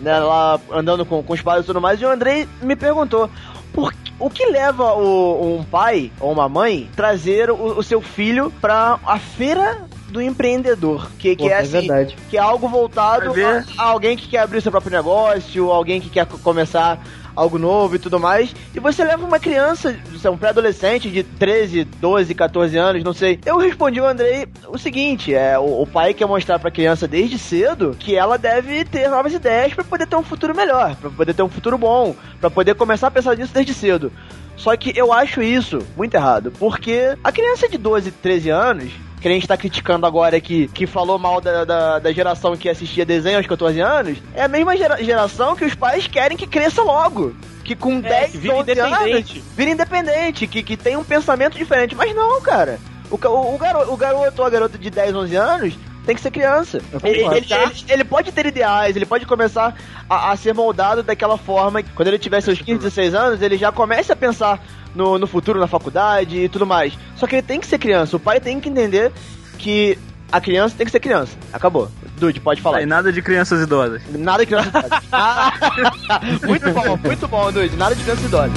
Speaker 5: né, lá andando com, com os pais e tudo mais, e o Andrei me perguntou. Por, que- o que leva o- um pai ou uma mãe trazer o, o seu filho pra a feira do empreendedor? Que, que
Speaker 2: Pô,
Speaker 5: é
Speaker 2: é
Speaker 5: assim,
Speaker 2: verdade.
Speaker 5: que é algo voltado
Speaker 3: Vai ver.
Speaker 5: a, a alguém que quer abrir seu próprio negócio, alguém que quer co- começar algo novo e tudo mais. E você leva uma criança, você é um pré-adolescente de 13, 12, 14 anos, não sei. Eu respondi ao Andrei o seguinte, é, o, o pai quer mostrar pra criança desde cedo que ela deve ter novas ideias pra poder ter um futuro melhor, pra poder ter um futuro bom, pra poder começar a pensar nisso desde cedo. Só que eu acho isso muito errado, porque a criança de 12, 13 anos, que a gente tá criticando agora que, que falou mal da, da, da geração que assistia desenho aos 14 anos, é a mesma gera- geração que os pais querem que cresça logo. Que com
Speaker 4: É,
Speaker 5: 10,
Speaker 4: vira
Speaker 5: 12 anos,
Speaker 4: independente.
Speaker 5: vira independente, que, que tem um pensamento diferente. Mas não, cara. O, ca- o, o garo- o garoto ou a garota de 10, 11 anos tem que ser criança.
Speaker 2: Eu concordo.
Speaker 5: Ele, ele- ele- ele pode ter ideais, ele pode começar a, a ser moldado daquela forma que quando ele tiver seus 15, 16 anos, ele já comece a pensar no, no futuro, na faculdade e tudo mais. Só que ele tem que ser criança, o pai tem que entender que a criança tem que ser criança. Acabou. Dude, pode falar.
Speaker 3: Aí, nada de crianças idosas.
Speaker 5: Nada de criança idosa. Ah, muito bom, muito bom, Dude. Nada de criança idosa.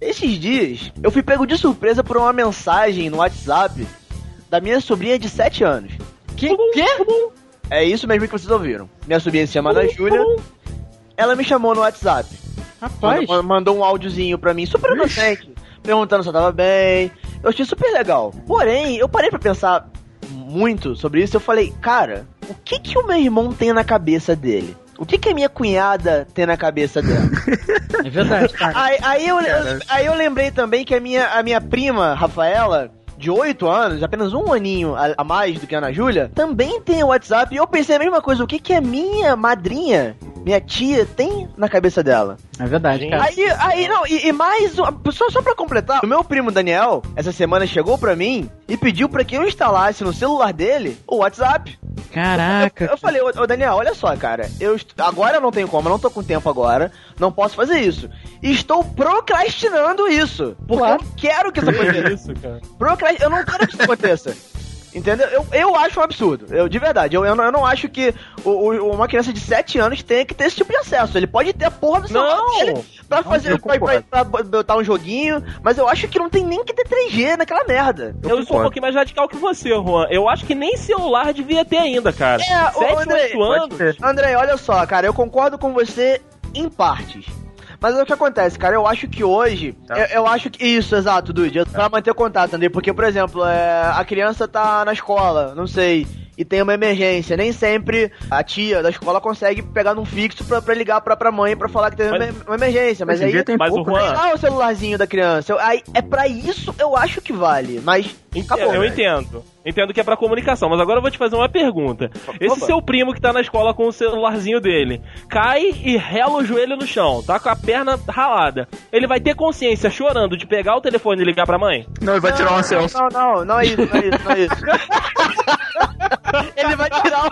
Speaker 5: esses dias, eu fui pego de surpresa por uma mensagem no WhatsApp da minha sobrinha de 7 anos.
Speaker 2: Que? Quê?
Speaker 5: É isso mesmo que vocês ouviram. Minha sobrinha se chama Ana Júlia. Ela me chamou no WhatsApp.
Speaker 2: Rapaz,
Speaker 5: Mandou, mandou um áudiozinho pra mim, super inocente, perguntando se eu tava bem. Eu achei super legal. Porém, eu parei pra pensar muito sobre isso e eu falei, cara, o que que o meu irmão tem na cabeça dele? O que que a minha cunhada tem na cabeça dela?
Speaker 2: é verdade, cara.
Speaker 5: Aí, aí eu, aí eu lembrei também que a minha, a minha prima, Rafaela, de 8 anos, apenas um aninho a, a mais do que a Ana Júlia, também tem o WhatsApp. E eu pensei a mesma coisa, o que que a minha madrinha, minha tia, tem na cabeça dela?
Speaker 2: É verdade, cara.
Speaker 5: Aí, aí, não, e, e mais uma. Só, só pra completar, o meu primo Daniel, essa semana, chegou pra mim e pediu pra que eu instalasse no celular dele o WhatsApp.
Speaker 2: Caraca.
Speaker 5: Eu falei, ô, ô, Daniel, olha só, cara, eu est- agora eu não tenho como, eu não tô com tempo agora, não posso fazer isso. Estou procrastinando isso. Porque eu não quero que isso aconteça.
Speaker 4: Que isso, cara?
Speaker 5: Procrast... Eu não quero que isso aconteça. Entendeu? Eu, eu acho um absurdo. Eu, de verdade, eu, eu, não, eu não acho que o, o- uma criança de 7 anos tenha que ter esse tipo de acesso. Ele pode ter a porra do celular
Speaker 4: Não!
Speaker 5: dele pra fazer.
Speaker 4: eu
Speaker 5: pra, pra,
Speaker 4: concordo.
Speaker 5: pra botar um joguinho, mas eu acho que não tem nem que ter 3G naquela merda.
Speaker 4: Eu, sou um
Speaker 3: concordo.
Speaker 4: pouquinho mais radical que você, Juan. Eu acho que nem celular devia ter ainda, cara.
Speaker 5: É, ô,
Speaker 4: Sete,
Speaker 5: Andrei,
Speaker 4: oito anos.
Speaker 3: ser.
Speaker 5: André, olha só, cara, eu concordo com você em partes. Mas é o que acontece, cara. Eu acho que hoje.
Speaker 3: Tá.
Speaker 5: Eu, eu acho que. Isso, exato, Dude. é Pra manter o contato, André. Porque, por exemplo, é, a criança tá na escola, não sei. E tem uma emergência. Nem sempre a tia da escola consegue pegar num fixo pra, pra ligar pra, pra mãe pra falar que teve
Speaker 4: Mas-
Speaker 5: uma, uma emergência. Mas
Speaker 3: Hoje em
Speaker 5: aí.
Speaker 3: dia tem
Speaker 4: Mas o
Speaker 3: pouco, né?
Speaker 4: Juan,
Speaker 5: Ah, o celularzinho da criança. Eu- aí, é pra isso eu acho que vale. Mas. Acabou.
Speaker 4: eu
Speaker 5: velho.
Speaker 4: entendo. Entendo que é pra comunicação, mas agora eu vou te fazer uma pergunta. Esse
Speaker 5: Opa.
Speaker 4: seu primo que tá na escola com o celularzinho dele, cai e rela o joelho no chão, tá com a perna ralada. Ele vai ter consciência chorando de pegar o telefone e ligar pra mãe?
Speaker 3: Não, ele vai tirar uma selfie.
Speaker 5: Não, não, não é isso, não é isso, não é isso. Ele vai tirar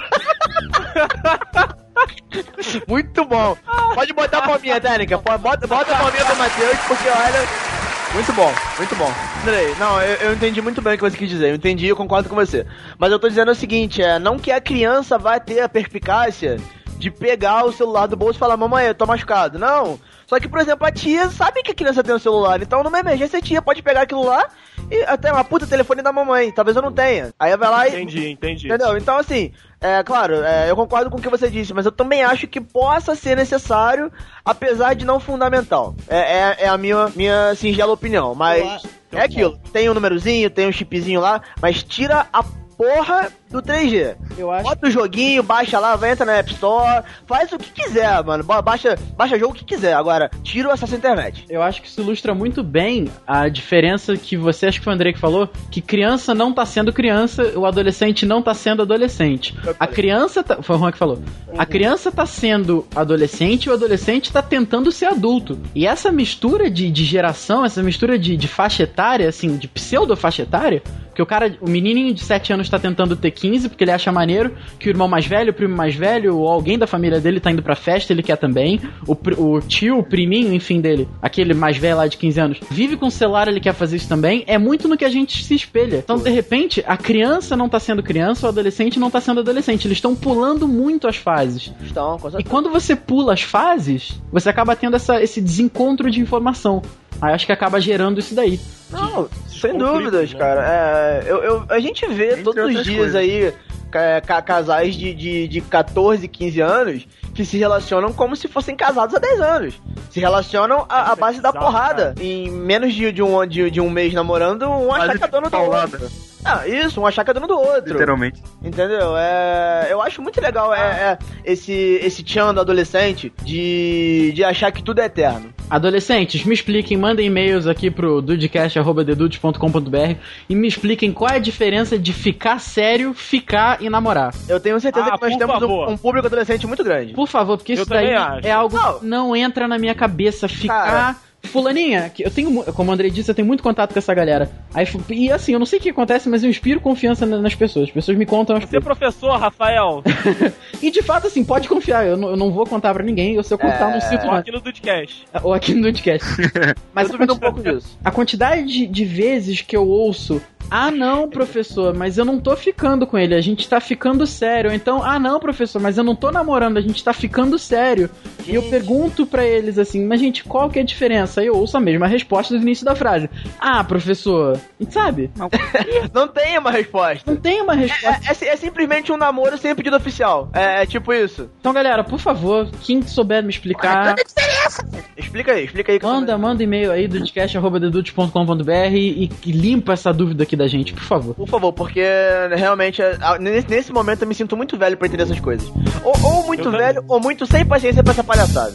Speaker 5: o... Muito bom. Pode botar a palminha, Técnica. Pode- Bota, bota a palminha pro Matheus, porque olha... Muito bom, muito bom. Andrei, não, eu, eu entendi muito bem o que você quis dizer. Eu entendi e eu concordo com você. Mas eu tô dizendo o seguinte, é... Não que a criança vá ter a perspicácia de pegar o celular do bolso e falar Mamãe, eu tô machucado. Não. Só que, por exemplo, a tia sabe que a criança tem um celular. Então, numa emergência, a tia pode pegar aquilo lá e até uma puta telefone da mamãe. Talvez eu não tenha. Aí vai lá e...
Speaker 4: Entendi, entendi.
Speaker 5: Entendeu? Então, assim, é claro, é, eu concordo com o que você disse, mas eu também acho que possa ser necessário, apesar de não fundamental. É, é- é a minha, minha singela opinião, mas é aquilo. Tem um númerozinho, tem um chipzinho lá, mas tira a porra do 3G.
Speaker 2: Eu acho.
Speaker 5: Bota o joguinho, baixa lá, vai entrar na App Store, faz o que quiser, mano. Ba- Baixa, baixa jogo que quiser. Agora, tira o acesso à internet.
Speaker 2: Eu acho que isso ilustra muito bem a diferença que você, acho que foi o Andrei que falou, que criança não tá sendo criança, o adolescente não tá sendo adolescente. A criança tá. Foi o Juan que falou. A criança tá sendo adolescente e o adolescente tá tentando ser adulto. E essa mistura de, de geração, essa mistura de, de faixa etária, assim, de pseudo-faixa etária, porque o cara, o menininho de 7 anos tá tentando ter 15 porque ele acha maneiro que o irmão mais velho, o primo mais velho, ou alguém da família dele tá indo pra festa, ele quer também. O, pr- o tio, o priminho, enfim, dele, aquele mais velho lá de 15 anos, vive com o celular, ele quer fazer isso também. É muito no que a gente se espelha. Então, de repente, a criança não tá sendo criança, o adolescente não tá sendo adolescente. Eles estão pulando muito as fases.
Speaker 5: Então, com
Speaker 2: E
Speaker 5: certeza.
Speaker 2: quando você pula as fases, você acaba tendo essa- esse desencontro de informação. Aí acho que acaba gerando isso daí.
Speaker 5: Não, sem
Speaker 4: conflitos,
Speaker 5: dúvidas,
Speaker 4: né?
Speaker 5: cara. É, eu, eu- a gente vê
Speaker 3: Entre
Speaker 5: todos os
Speaker 3: outras
Speaker 5: dias
Speaker 3: coisas.
Speaker 5: aí ca- ca- casais de, de, de 14, 15 anos que se relacionam como se fossem casados há 10 anos. Se relacionam à à base da
Speaker 4: bizarro,
Speaker 5: porrada. Em menos de, de um, de, de um mês namorando, um
Speaker 3: Quase
Speaker 5: achar que é dono do outro.
Speaker 3: paulada,
Speaker 5: Ah, isso, um achar que é dono do outro.
Speaker 3: literalmente.
Speaker 5: Entendeu? É, eu acho muito legal
Speaker 4: Ah.
Speaker 5: é, é, esse, esse tchan do adolescente de, de achar que tudo é eterno.
Speaker 2: Adolescentes, me expliquem, mandem e-mails aqui pro dudecast.com.br e me expliquem qual é a diferença de ficar sério, ficar e namorar.
Speaker 5: Eu tenho certeza
Speaker 4: Ah,
Speaker 5: que nós
Speaker 4: por
Speaker 5: temos um,
Speaker 4: favor.
Speaker 5: um público adolescente muito grande.
Speaker 2: Por favor, porque
Speaker 4: Eu
Speaker 2: isso daí
Speaker 4: também acho.
Speaker 2: é algo
Speaker 5: Não.
Speaker 2: que não entra na minha cabeça. Ficar. Fulaninha, que eu tenho, mu- como o Andrei disse, eu tenho muito contato com essa galera. Aí, fu- e assim, eu não sei o que acontece, mas eu inspiro confiança na- nas pessoas. As pessoas me contam as
Speaker 4: Você é
Speaker 2: coisas.
Speaker 4: professor, Rafael,
Speaker 2: E de fato, assim, pode confiar. Eu não, eu não vou contar pra ninguém. Eu, se eu contar, eu não sinto
Speaker 4: ou
Speaker 2: mais.
Speaker 4: aqui no Dudcast.
Speaker 2: Ou aqui no podcast. mas
Speaker 5: Eu duvido um pouco disso.
Speaker 2: A quantidade de, de vezes que eu ouço Ah, não, professor, mas eu não tô ficando com ele, a gente tá ficando sério. Ou Então, ah, não, professor, mas eu não tô namorando, a gente tá ficando sério. E eu pergunto pra eles assim, mas gente, qual que é a diferença? Aí eu ouço a mesma resposta do início da frase. Ah, professor, e sabe?
Speaker 5: Não tem uma resposta.
Speaker 2: Não tem uma resposta.
Speaker 5: É, é si- é simplesmente um namoro sem pedido oficial. É, é tipo isso.
Speaker 2: Então, galera, por favor, quem souber me explicar,
Speaker 5: Explica aí, explica aí. que eu tô
Speaker 2: manda,
Speaker 5: vendo.
Speaker 2: manda e-mail aí do podcast.com.br e, e limpa essa dúvida aqui da gente, por favor.
Speaker 5: Por favor, porque realmente, é, a- nesse, nesse momento eu me sinto muito velho pra entender essas coisas. Ou, ou muito
Speaker 4: Eu também.
Speaker 5: velho, ou muito sem paciência pra essa palhaçada.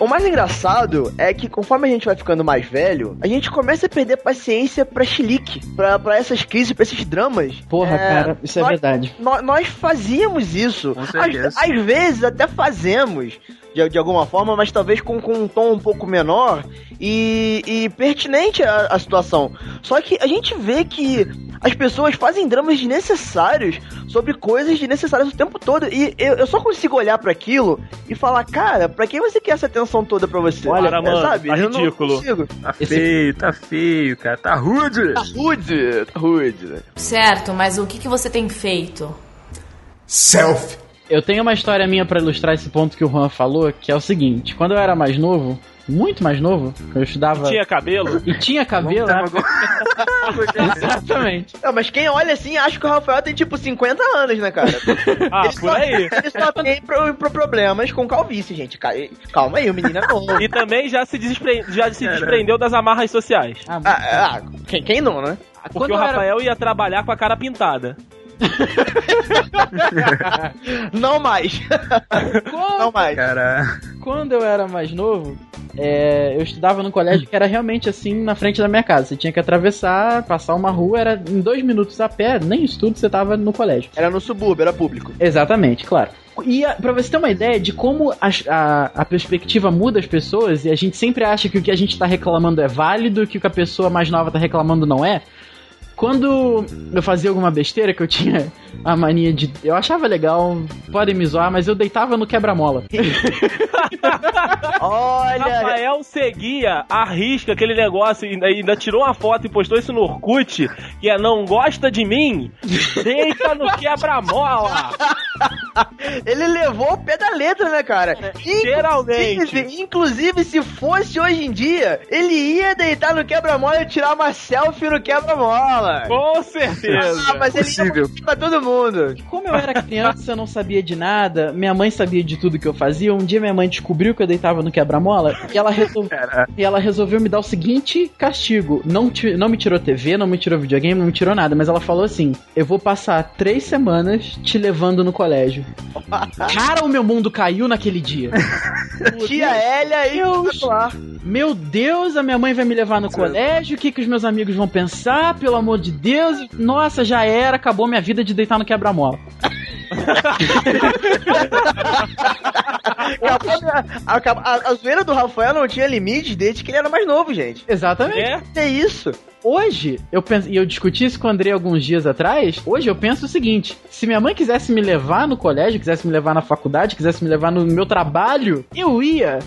Speaker 5: O mais engraçado é que conforme a gente vai ficando mais velho, a gente começa a perder paciência pra chilique, pra, pra essas crises, pra esses dramas.
Speaker 2: Porra,
Speaker 5: É,
Speaker 2: cara, isso é
Speaker 5: nós-
Speaker 2: verdade.
Speaker 5: Nó- Nós, fazíamos isso.
Speaker 3: Com
Speaker 5: Às,
Speaker 3: certeza.
Speaker 5: às vezes até fazemos, de, de alguma forma, mas talvez com, com um tom um pouco menor e, e pertinente à, à situação. Só que a gente vê que as pessoas fazem dramas desnecessários sobre coisas desnecessárias o tempo todo. E eu, eu só consigo olhar pra aquilo e falar, cara, pra quem você quer essa atenção toda pra você?
Speaker 4: Olha,
Speaker 5: É,
Speaker 4: mano, tá
Speaker 5: Eu não
Speaker 4: ridículo.
Speaker 5: consigo.
Speaker 3: Tá
Speaker 2: Esse-
Speaker 3: feio, tá feio, cara. Tá rude.
Speaker 5: Tá rude, tá rude.
Speaker 1: Certo, mas o que, que você tem feito?
Speaker 8: selfie,
Speaker 2: Eu tenho uma história minha pra ilustrar esse ponto que o Juan falou, que é o seguinte: quando eu era mais novo, muito mais novo, eu estudava
Speaker 4: Tinha cabelo?
Speaker 2: e tinha cabelo. né?
Speaker 3: Vamos agora.
Speaker 2: Exatamente.
Speaker 5: Não, mas quem olha assim acha que o Rafael tem tipo 50 anos, né, cara?
Speaker 4: Ah, por aí.
Speaker 5: Ele só tem pro, pro problemas com calvície, gente. Ca- Calma aí, o menino é novo.
Speaker 4: E também já se, despre- já se
Speaker 3: Caralho.
Speaker 4: desprendeu das amarras sociais.
Speaker 5: Ah, ah, quem, quem não, né?
Speaker 4: Porque o
Speaker 2: eu era-
Speaker 4: Rafael ia trabalhar com a cara pintada.
Speaker 5: Não mais. Não
Speaker 2: Quando,
Speaker 5: mais.
Speaker 3: Cara,
Speaker 2: quando eu era mais novo, é, eu estudava num colégio que era realmente assim na frente da minha casa. Você tinha que atravessar, passar uma rua, era em dois minutos a pé, nem estudo, você tava no colégio.
Speaker 5: Era no subúrbio, era público.
Speaker 2: Exatamente, claro. E a, pra você ter uma ideia de como as- a, a perspectiva muda as pessoas, e a gente sempre acha que o que a gente tá reclamando é válido, que o que a pessoa mais nova tá reclamando não é. Quando eu fazia alguma besteira que eu tinha a mania de. Eu achava legal, podem me zoar, mas eu deitava no quebra-mola.
Speaker 5: Olha,
Speaker 4: Rafael seguia a risca aquele negócio e ainda, ainda tirou uma foto e postou isso no Orkut, que é não gosta de mim, deita no quebra-mola.
Speaker 5: ele levou o pé da letra, né, cara?
Speaker 4: Geralmente.
Speaker 5: Inclusive, inclusive, se fosse hoje em dia, ele ia deitar no quebra-mola e tirar uma selfie no quebra-mola.
Speaker 4: Com certeza.
Speaker 5: Ah, mas ele ia
Speaker 3: possível.
Speaker 5: mostrar pra todo mundo.
Speaker 2: E como eu era criança, eu não sabia de nada, minha mãe sabia de tudo que eu fazia. Um dia minha mãe descobriu que eu deitava no quebra-mola e ela resolveu.
Speaker 3: cara.
Speaker 2: E ela resolveu me dar o seguinte castigo. Não, ti- não me tirou TV, não me tirou videogame, não me tirou nada. Mas ela falou assim: Eu vou passar três semanas te levando no colégio. Cara, o meu mundo caiu naquele dia.
Speaker 5: Tia Elia e o celular.
Speaker 2: Meu Deus, a minha mãe vai me levar no colégio. O que, que os meus amigos vão pensar? Pelo amor de Deus. Nossa, já era. Acabou minha vida de deitar no quebra-mola.
Speaker 5: Acabou minha- acaba- a, a zoeira do Rafael não tinha limite desde que ele era mais novo, gente.
Speaker 2: Exatamente.
Speaker 4: É,
Speaker 5: É isso.
Speaker 2: Hoje, eu penso, e eu discuti isso com o André alguns dias atrás. Hoje eu penso o seguinte: se minha mãe quisesse me levar no colégio, quisesse me levar na faculdade, quisesse me levar no meu trabalho, eu ia.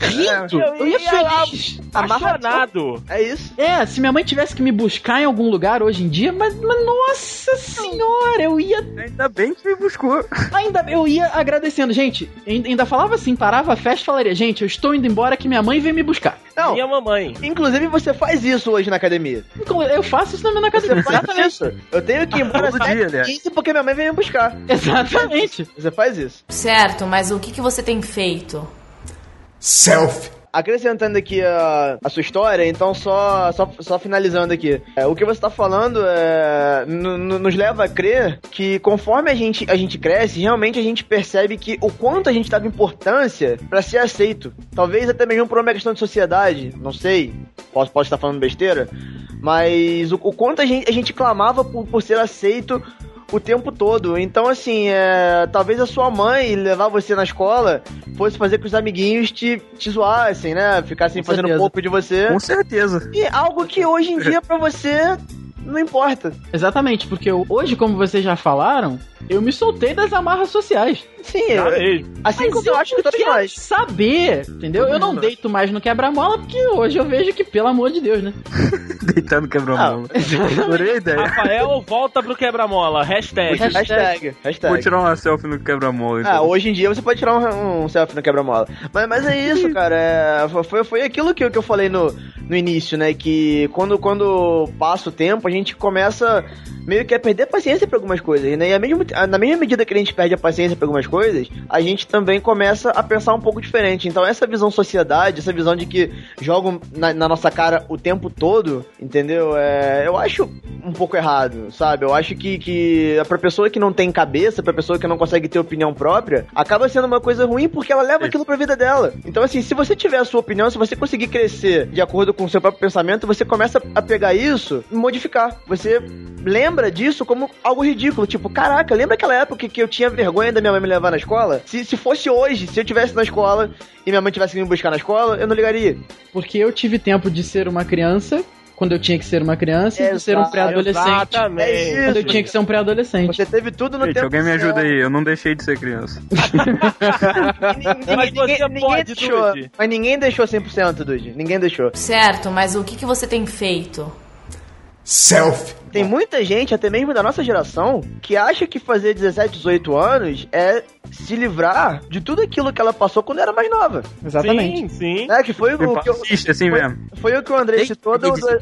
Speaker 2: Rindo, eu ia feliz.
Speaker 4: apaixonado.
Speaker 5: É isso.
Speaker 2: É, se minha mãe tivesse que me buscar em algum lugar hoje em dia, mas, mas nossa senhora, eu ia
Speaker 3: Ainda bem que me buscou.
Speaker 2: ainda eu ia agradecendo, gente. ain- Ainda falava assim, parava a festa, e falaria, gente, eu estou indo embora que minha mãe vem me buscar.
Speaker 5: Não,
Speaker 4: Minha mamãe.
Speaker 5: inclusive você faz isso hoje na academia.
Speaker 2: Então, Eu faço isso na minha casa.
Speaker 5: Você faz isso. Eu tenho que ir embora às
Speaker 3: Todo dia, né?
Speaker 5: 15 porque minha mãe vem me buscar.
Speaker 2: Exatamente.
Speaker 5: Você faz isso.
Speaker 1: Certo, mas o que, que você tem feito?
Speaker 8: selfie,
Speaker 5: Acrescentando aqui a, a sua história, então só, só, só finalizando aqui. É, o que você tá falando é, no- no- nos leva a crer que conforme a gente, a gente cresce, realmente a gente percebe que o quanto a gente dava importância pra ser aceito. Talvez até mesmo por uma questão de sociedade, não sei, posso, posso estar falando besteira, mas o, o quanto a gente, a gente clamava por, por ser aceito o tempo todo. Então, assim, é, talvez a sua mãe levar você na escola fosse fazer com que os amiguinhos te, te zoassem, né? Ficassem
Speaker 2: Com
Speaker 5: fazendo
Speaker 2: certeza.
Speaker 5: pouco de você.
Speaker 3: Com certeza.
Speaker 5: E algo que hoje em dia pra você não importa.
Speaker 2: Exatamente, porque eu- hoje, como vocês já falaram, eu me soltei das amarras sociais.
Speaker 5: Sim,
Speaker 4: Já
Speaker 5: eu-
Speaker 4: mesmo.
Speaker 5: assim
Speaker 2: Mas
Speaker 5: como eu acho que todos
Speaker 2: quero
Speaker 5: nós.
Speaker 2: saber, entendeu? Eu não deito mais no quebra-mola, porque hoje eu vejo que, pelo amor de Deus, né?
Speaker 3: Deitando quebrou a mão. Adorei a ideia.
Speaker 4: Rafael, volta pro quebra-mola. Hashtag.
Speaker 2: Hashtag.
Speaker 5: Hashtag. Hashtag.
Speaker 3: Vou tirar uma selfie no quebra-mola.
Speaker 5: Tá, Ah,
Speaker 3: Então.
Speaker 5: hoje em dia você pode tirar um, um selfie no quebra-mola. Mas, mas é isso, cara. é, foi, foi aquilo que, eu- que eu falei no, no início, né? Que quando, quando passa o tempo, a gente começa meio que a perder a paciência pra algumas coisas, né? E a mesmo- a- na mesma medida que a gente perde a paciência pra algumas coisas, a gente também começa a pensar um pouco diferente. Então, essa visão sociedade, essa visão de que jogam na, na nossa cara o tempo todo, entendeu? É, eu acho um pouco errado, sabe? Eu acho que, que pra pessoa que não tem cabeça, pra pessoa que não consegue ter opinião própria, acaba sendo uma coisa ruim porque ela leva aquilo pra vida dela. Então, assim, se você tiver a sua opinião, se você conseguir crescer de acordo com o seu próprio pensamento, você começa a pegar isso e modificar. Você lembra disso como algo ridículo. Tipo, caraca, lembra aquela época que eu tinha vergonha da minha mãe me levar na escola? Se, se fosse hoje, se eu tivesse na escola e minha mãe tivesse que me buscar na escola, eu não ligaria.
Speaker 2: Porque eu tive tempo de ser uma criança, quando eu tinha que ser uma criança, e de ser um
Speaker 5: Exato,
Speaker 2: pré-adolescente,
Speaker 4: Exatamente.
Speaker 5: É
Speaker 2: quando eu tinha que ser um pré-adolescente.
Speaker 5: Você teve tudo no
Speaker 3: Gente,
Speaker 5: tempo
Speaker 3: alguém me
Speaker 5: certo.
Speaker 3: ajuda aí. Eu não deixei de ser criança.
Speaker 5: Ninguém-
Speaker 4: Mas você
Speaker 5: ninguém- ninguém
Speaker 4: pode,
Speaker 5: deixou,
Speaker 4: Dude.
Speaker 5: Mas ninguém deixou 100%, Dude. Ninguém deixou.
Speaker 1: Certo, mas o que, que você tem feito?
Speaker 8: selfie,
Speaker 5: Tem muita gente, até mesmo da nossa geração, que acha que fazer 17, 18 anos é se livrar de tudo aquilo que ela passou quando era mais nova.
Speaker 4: Sim, sim.
Speaker 5: Né? Que foi o, que eu-
Speaker 3: Assiste assim
Speaker 5: foi-
Speaker 3: mesmo.
Speaker 5: foi o que o André citou do, do-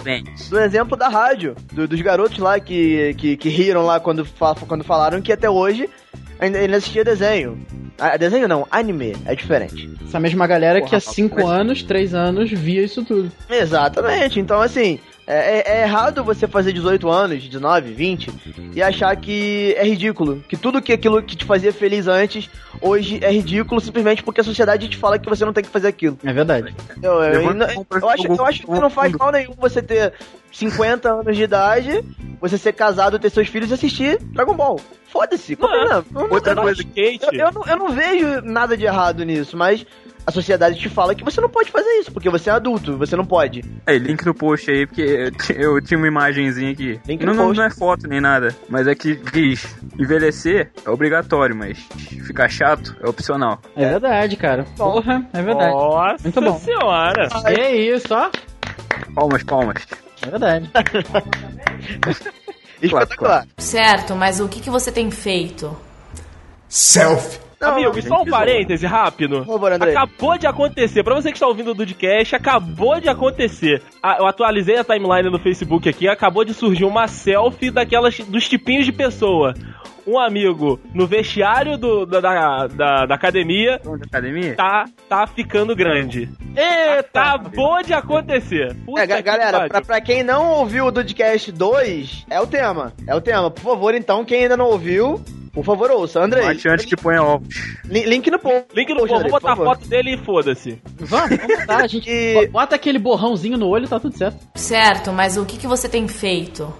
Speaker 5: do exemplo da rádio, do- dos garotos lá que, que, que riram lá quando, fa- quando falaram que até hoje ainda, ainda assistia desenho. Ah, desenho não, anime, é diferente.
Speaker 2: Essa mesma galera que
Speaker 3: Porra,
Speaker 2: há 5
Speaker 3: mas-
Speaker 2: anos, 3 anos, via isso tudo.
Speaker 5: Exatamente. Então, assim, é, é- é errado você fazer 18 anos, 19, 20, e achar que é ridículo. Que tudo que aquilo que te fazia feliz antes, hoje é ridículo simplesmente porque a sociedade te fala que você não tem que fazer aquilo.
Speaker 2: É verdade.
Speaker 5: Eu, eu-
Speaker 3: Levanta
Speaker 5: eu-
Speaker 3: a mão pra
Speaker 5: eu acho,
Speaker 3: jogar o
Speaker 5: eu acho que não faz
Speaker 3: fundo.
Speaker 5: mal nenhum você ter 50 anos de idade, você ser casado, ter seus filhos e assistir Dragon Ball. Foda-se, qual o
Speaker 2: é.
Speaker 4: Não,
Speaker 5: problema? Não-
Speaker 3: outra
Speaker 5: eu não-
Speaker 4: Andar de
Speaker 3: coisa-
Speaker 4: skate.
Speaker 5: eu, eu não, eu não vejo nada de errado nisso, mas a sociedade te fala que você não pode fazer isso, porque você é adulto, você não pode.
Speaker 3: Aí, link no post aí, porque eu ti- eu tinha uma imagenzinha aqui.
Speaker 5: Link
Speaker 3: não,
Speaker 5: no
Speaker 3: não-
Speaker 5: post.
Speaker 3: não é foto nem nada, mas é que diz: envelhecer é obrigatório, mas ficar chato é opcional.
Speaker 2: É verdade, cara. Porra, é verdade.
Speaker 4: Nossa
Speaker 2: Muito bom.
Speaker 4: senhora.
Speaker 2: É isso, ó.
Speaker 3: Palmas, palmas.
Speaker 2: É verdade.
Speaker 3: Claro,
Speaker 5: Espetacular.
Speaker 1: Certo, mas o que, que você tem feito?
Speaker 8: selfie,
Speaker 5: Não,
Speaker 4: Amigo, e só um parêntese rápido.
Speaker 5: Por favor, André.
Speaker 4: Acabou de acontecer, pra você que está ouvindo o Dudcast, acabou de acontecer. Ah, eu atualizei a timeline no Facebook aqui, acabou de surgir uma selfie daquelas dos tipinhos de pessoa. Um amigo no vestiário do- da, da, da- da academia
Speaker 3: Vamos de academia?
Speaker 4: tá, tá ficando grande. Eita, acabou de acontecer. Puta
Speaker 5: É, ga-
Speaker 4: que
Speaker 5: galera,
Speaker 4: pariu.
Speaker 5: pra, pra quem não ouviu o Dudcast 2, é o tema. É o tema. Por favor, então, quem ainda não ouviu, por favor, ouça. André,
Speaker 3: Bate antes Um que ponha ovos.
Speaker 5: li- link no post.
Speaker 4: Link no post, vou
Speaker 5: Andrei,
Speaker 4: botar a
Speaker 5: por favor.
Speaker 4: foto dele e foda-se.
Speaker 2: Vamos, vamos botar, a gente.
Speaker 5: E-
Speaker 2: Bota aquele borrãozinho no olho, tá tudo certo.
Speaker 1: Certo, mas o que, que você tem feito?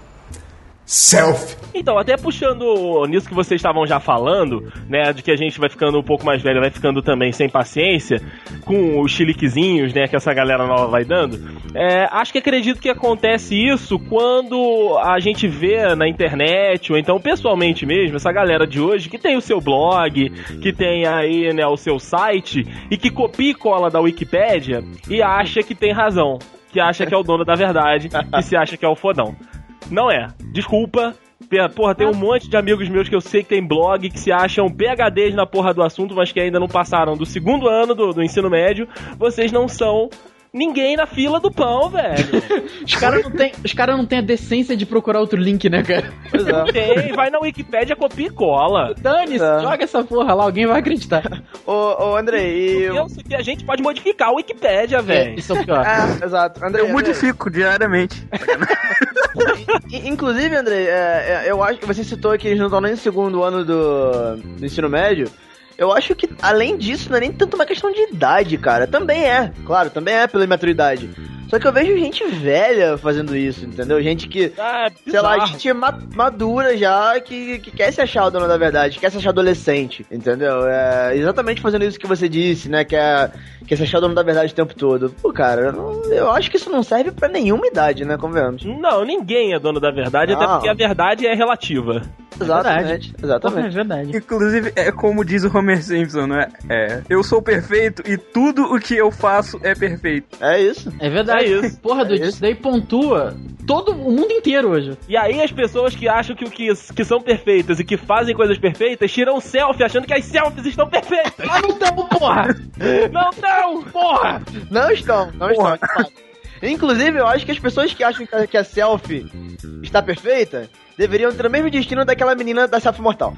Speaker 8: selfie,
Speaker 4: Então, até puxando nisso que vocês estavam já falando, né, de que a gente vai ficando um pouco mais velho, vai ficando também sem paciência, com os chiliquezinhos, né, que essa galera nova vai dando, é, acho que acredito que acontece isso quando a gente vê na internet, ou então pessoalmente mesmo, essa galera de hoje que tem o seu blog, que tem aí, né, o seu site, e que copia e cola da Wikipédia e acha que tem razão, que acha que é o dono da verdade, que se acha que é o fodão. Não é. Desculpa. Pe- Porra, tem um monte de amigos meus que eu sei que tem blog, que se acham PHDs na porra do assunto, mas que ainda não passaram do segundo ano do, do ensino médio. Vocês não são ninguém na fila do pão, velho.
Speaker 2: Os caras não têm cara não tem a decência de procurar outro link, né, cara?
Speaker 5: Pois é.
Speaker 4: Tem, vai na Wikipédia, copia e cola.
Speaker 2: Dane-se,
Speaker 5: É.
Speaker 2: joga essa porra lá, alguém vai acreditar.
Speaker 5: Ô, ô, André, e...
Speaker 4: Eu sei que a gente pode modificar a Wikipédia, velho.
Speaker 2: Isso é o pior.
Speaker 5: É, exato. André,
Speaker 3: Eu modifico diariamente.
Speaker 5: I- Inclusive, André, é, é, eu acho que você citou que eles não estão nem no segundo ano do, do ensino médio. Eu acho que, além disso, não é nem tanto uma questão de idade, cara. Também é, claro, também é pela imaturidade. Só que eu vejo gente velha fazendo isso, entendeu? Gente que,
Speaker 4: Ah, é
Speaker 5: sei lá,
Speaker 4: bizarro.
Speaker 5: gente ma- madura já, que, que quer se achar o dono da verdade, quer se achar adolescente, entendeu? É exatamente fazendo isso que você disse, né? Quer, quer se achar o dono da verdade o tempo todo. Pô, cara, eu, não- eu acho que isso não serve pra nenhuma idade, né? Convenhamos.
Speaker 4: Não, ninguém é dono da verdade, até
Speaker 5: Não.
Speaker 4: porque a verdade é relativa.
Speaker 5: Exatamente,
Speaker 2: Porra, é
Speaker 5: exatamente.
Speaker 2: verdade.
Speaker 3: Inclusive, é como diz o Homer Simpson, né? É, eu sou perfeito e tudo o que eu faço é perfeito.
Speaker 5: É isso.
Speaker 2: É verdade.
Speaker 4: É isso.
Speaker 2: Porra, Dude,
Speaker 5: isso.
Speaker 2: isso daí pontua todo o mundo inteiro hoje.
Speaker 4: E aí as pessoas que acham que o que, que são perfeitas e que fazem coisas perfeitas tiram selfie achando que as selfies estão perfeitas.
Speaker 2: Ah, não tamo, porra!
Speaker 4: não não porra!
Speaker 5: Não estão, não estão. de fato. Inclusive, eu acho que as pessoas que acham que a- que a selfie está perfeita deveriam ter o mesmo destino daquela menina da selfie mortal.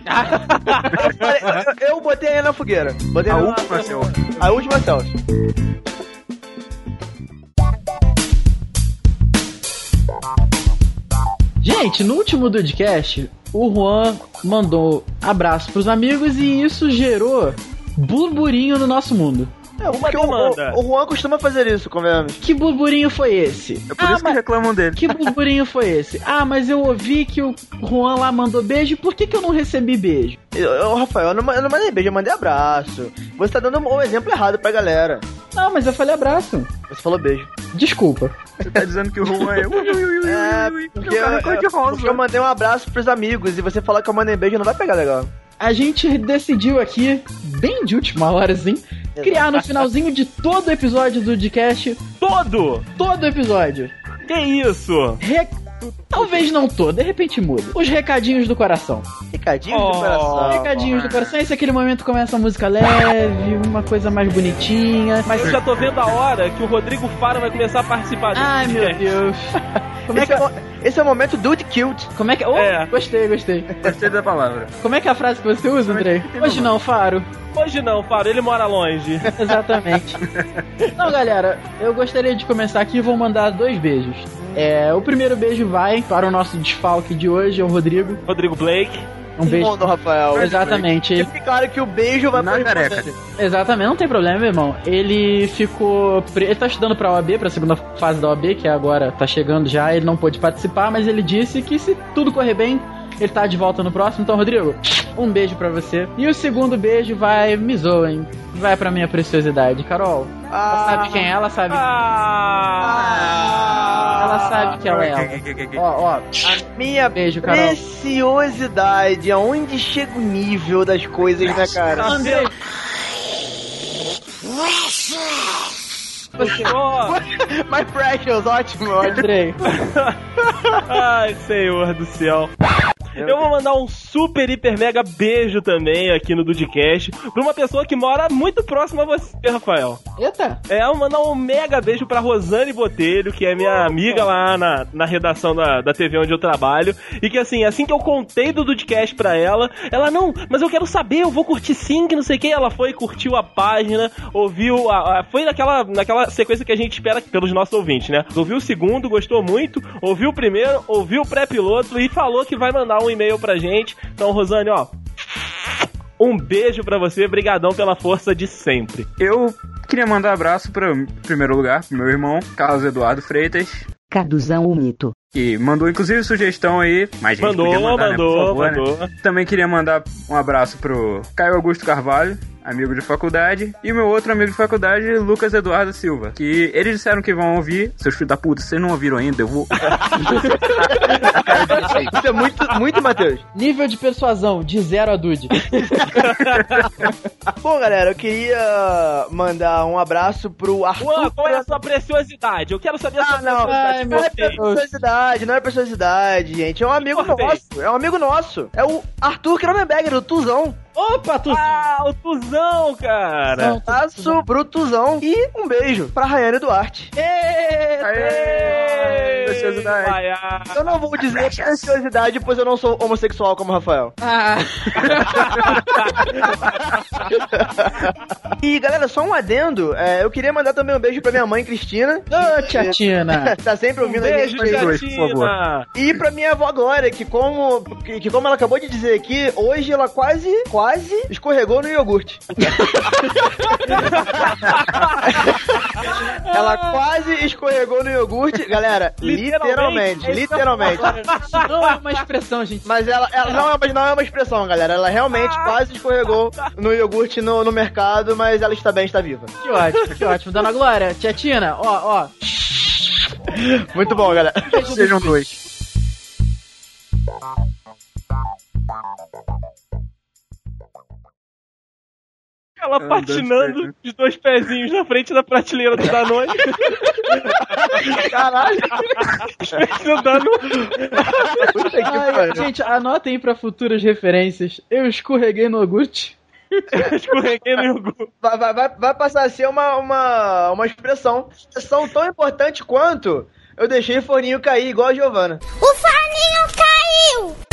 Speaker 5: eu, falei- eu- eu botei ela na fogueira. Botei
Speaker 3: A
Speaker 5: ela na-
Speaker 3: última selfie.
Speaker 5: a última selfie.
Speaker 2: Gente, no último Dudcast, o Juan mandou abraço pros amigos e isso gerou burburinho no nosso mundo.
Speaker 5: É, porque o,
Speaker 4: demanda.
Speaker 5: o, o Juan costuma fazer isso, convenhamos.
Speaker 2: Que burburinho foi esse?
Speaker 3: É
Speaker 5: Ah,
Speaker 3: por isso que reclamam dele.
Speaker 2: Que burburinho foi esse? Ah, mas eu ouvi que o Juan lá mandou beijo, por que, que eu não recebi beijo?
Speaker 5: Eu, eu, Rafael, eu não, ma- eu não mandei beijo, eu mandei abraço. Você tá dando um exemplo errado pra galera.
Speaker 2: Ah, mas eu falei abraço.
Speaker 5: Você falou beijo.
Speaker 2: Desculpa.
Speaker 3: Você tá dizendo que o Juan é. Ui, ui, ui, ui, ui,
Speaker 5: É,
Speaker 3: ui,
Speaker 5: porque
Speaker 3: que o
Speaker 5: eu,
Speaker 3: cara é cor de rosa.
Speaker 5: porque eu mandei um abraço pros amigos e você falar que eu mandei beijo não vai pegar legal.
Speaker 2: A gente decidiu aqui, bem de última hora, assim, criar no finalzinho de todo episódio do Dudcast,
Speaker 4: Todo!
Speaker 2: todo episódio,
Speaker 4: Que isso?
Speaker 2: Re- Talvez não todo, de repente muda. Os recadinhos do coração.
Speaker 5: Recadinho de
Speaker 4: Oh,
Speaker 5: coração.
Speaker 2: recadinhos do coração, esse é aquele momento que começa a música leve, uma coisa mais bonitinha.
Speaker 4: Mas eu já tô vendo a hora que o Rodrigo Faro vai começar a participar desse
Speaker 2: Ai meu
Speaker 4: podcast.
Speaker 2: Deus. Como é que.
Speaker 5: Esse é, o- esse é o momento dude cute.
Speaker 2: Como é que. Oh,
Speaker 4: É.
Speaker 2: Gostei, gostei.
Speaker 3: Gostei da palavra.
Speaker 2: Como é que é a frase que você usa, Andrei? Hoje não, Faro.
Speaker 4: Hoje não, Faro, ele mora longe.
Speaker 2: Exatamente. Não, galera, eu gostaria de começar aqui e vou mandar dois beijos. É, o primeiro beijo vai para o nosso desfalque de hoje, é o Rodrigo.
Speaker 4: Rodrigo Blake.
Speaker 2: Um beijo.
Speaker 5: Mundo, Rafael.
Speaker 2: Exatamente.
Speaker 5: E fica claro que o beijo vai
Speaker 3: Na
Speaker 5: pra
Speaker 3: careca.
Speaker 5: resposta.
Speaker 2: Exatamente, não tem problema, meu irmão. Ele ficou. pre- Ele tá estudando pra OAB, pra segunda fase da OAB, que agora tá chegando já, ele não pôde participar, mas ele disse que se tudo correr bem, ele tá de volta no próximo. Então, Rodrigo, um beijo pra você. E o segundo beijo vai. Me zoem. Vai pra minha preciosidade. Carol, ela
Speaker 5: Ah,
Speaker 2: sabe quem é, ela sabe.
Speaker 4: Ah!
Speaker 2: Ela sabe que ela é ela. Ó, ó,
Speaker 5: minha
Speaker 2: beijo, Carol.
Speaker 5: preciosidade. Aonde chega o nível das coisas, né, cara?
Speaker 2: Andrei,
Speaker 4: Ó,
Speaker 5: My precious, ótimo, ótimo.
Speaker 2: Andrei.
Speaker 4: Ai, senhor do céu. Eu vou mandar um super, hiper, mega beijo também aqui no Dudcast pra uma pessoa que mora muito próxima a você, Rafael.
Speaker 2: Eita!
Speaker 4: É, eu vou mandar um mega beijo pra Rosane Botelho, que é minha amiga lá na, na redação da, da TV onde eu trabalho. E que assim, assim que eu contei do Dudcast pra ela, ela, não, mas eu quero saber, eu vou curtir sim, que não sei o que. Ela foi, curtiu a página, ouviu. a- a- foi naquela, naquela sequência que a gente espera pelos nossos ouvintes, né? Ouviu o segundo, gostou muito, ouviu o primeiro, ouviu o pré-piloto e falou que vai mandar um e-mail pra gente. Então, Rosane, ó. Um beijo pra você, brigadão pela força de sempre.
Speaker 3: Eu queria mandar um abraço para em primeiro lugar, pro meu irmão, Carlos Eduardo Freitas.
Speaker 7: Carduzão o mito.
Speaker 3: Que mandou inclusive sugestão aí, mas a gente
Speaker 4: Mandou,
Speaker 3: podia mandar, né, por
Speaker 4: mandou,
Speaker 3: favor, né?
Speaker 4: mandou.
Speaker 3: Também queria mandar um abraço pro Caio Augusto Carvalho, amigo de faculdade, e meu outro amigo de faculdade, Lucas Eduardo Silva, que eles disseram que vão ouvir. Seus filhos da puta, vocês não ouviram ainda, eu vou.
Speaker 5: Isso é muito, muito, Matheus.
Speaker 2: Nível de persuasão, de zero a dude.
Speaker 5: Bom, galera, eu queria mandar um abraço pro Arthur.
Speaker 4: Juan, qual é a sua preciosidade? Eu quero saber a sua
Speaker 5: Ah, não.
Speaker 2: Ai,
Speaker 5: Não
Speaker 2: meu
Speaker 5: é
Speaker 4: preciosidade.
Speaker 2: Deus.
Speaker 5: preciosidade, não é preciosidade, gente. É um amigo
Speaker 4: Porra,
Speaker 5: nosso. É um amigo nosso. É o Arthur Kronenberger, o Tuzão.
Speaker 2: Opa, tu.
Speaker 4: Ah, o Tuzão, cara!
Speaker 5: Passo um pro Tuzão. E um beijo pra Rayane Duarte.
Speaker 2: Ê,
Speaker 3: Aê! ansiosidade.
Speaker 4: Vaiar.
Speaker 5: Eu não vou dizer que é ansiosidade, pois eu não sou homossexual como o Rafael.
Speaker 2: Ah,
Speaker 5: E galera, só um adendo. é, eu queria mandar também um beijo pra minha mãe, Cristina. Ô, tia
Speaker 2: Tina.
Speaker 5: Tá sempre ouvindo a
Speaker 4: Um Beijo,
Speaker 5: gente. aí.
Speaker 3: dois, por favor.
Speaker 4: Jatina!
Speaker 5: E pra minha avó Glória, que como, que, que como ela acabou de dizer aqui, hoje ela quase, quase escorregou no iogurte. ela quase escorregou no iogurte, galera,
Speaker 4: Literalmente, é
Speaker 5: literalmente,
Speaker 4: isso que eu
Speaker 5: literalmente.
Speaker 2: Não é uma expressão, gente.
Speaker 5: Mas ela, ela não, é uma, não é uma expressão, galera. Ela realmente quase escorregou no iogurte no, no mercado, mas ela está bem, está viva.
Speaker 2: Que ótimo, que ótimo. Dona Glória, tia Tina, ó, ó.
Speaker 5: Muito bom, galera.
Speaker 3: Sejam dois.
Speaker 4: Ela
Speaker 3: dois,
Speaker 4: patinando
Speaker 3: três,
Speaker 4: os dois pezinhos na frente da prateleira do Danone.
Speaker 5: Caralho.
Speaker 4: Pensando Danone.
Speaker 5: Puta que
Speaker 2: Ai,
Speaker 5: pariu.
Speaker 2: gente, anotem pra futuras referências. Eu escorreguei no iogurte.
Speaker 4: Escorreguei no iogurte.
Speaker 5: Vai, vai, vai, vai passar a ser uma, uma, uma expressão. Expressão tão importante quanto eu deixei o forninho cair igual a Giovana.
Speaker 9: O forninho caiu!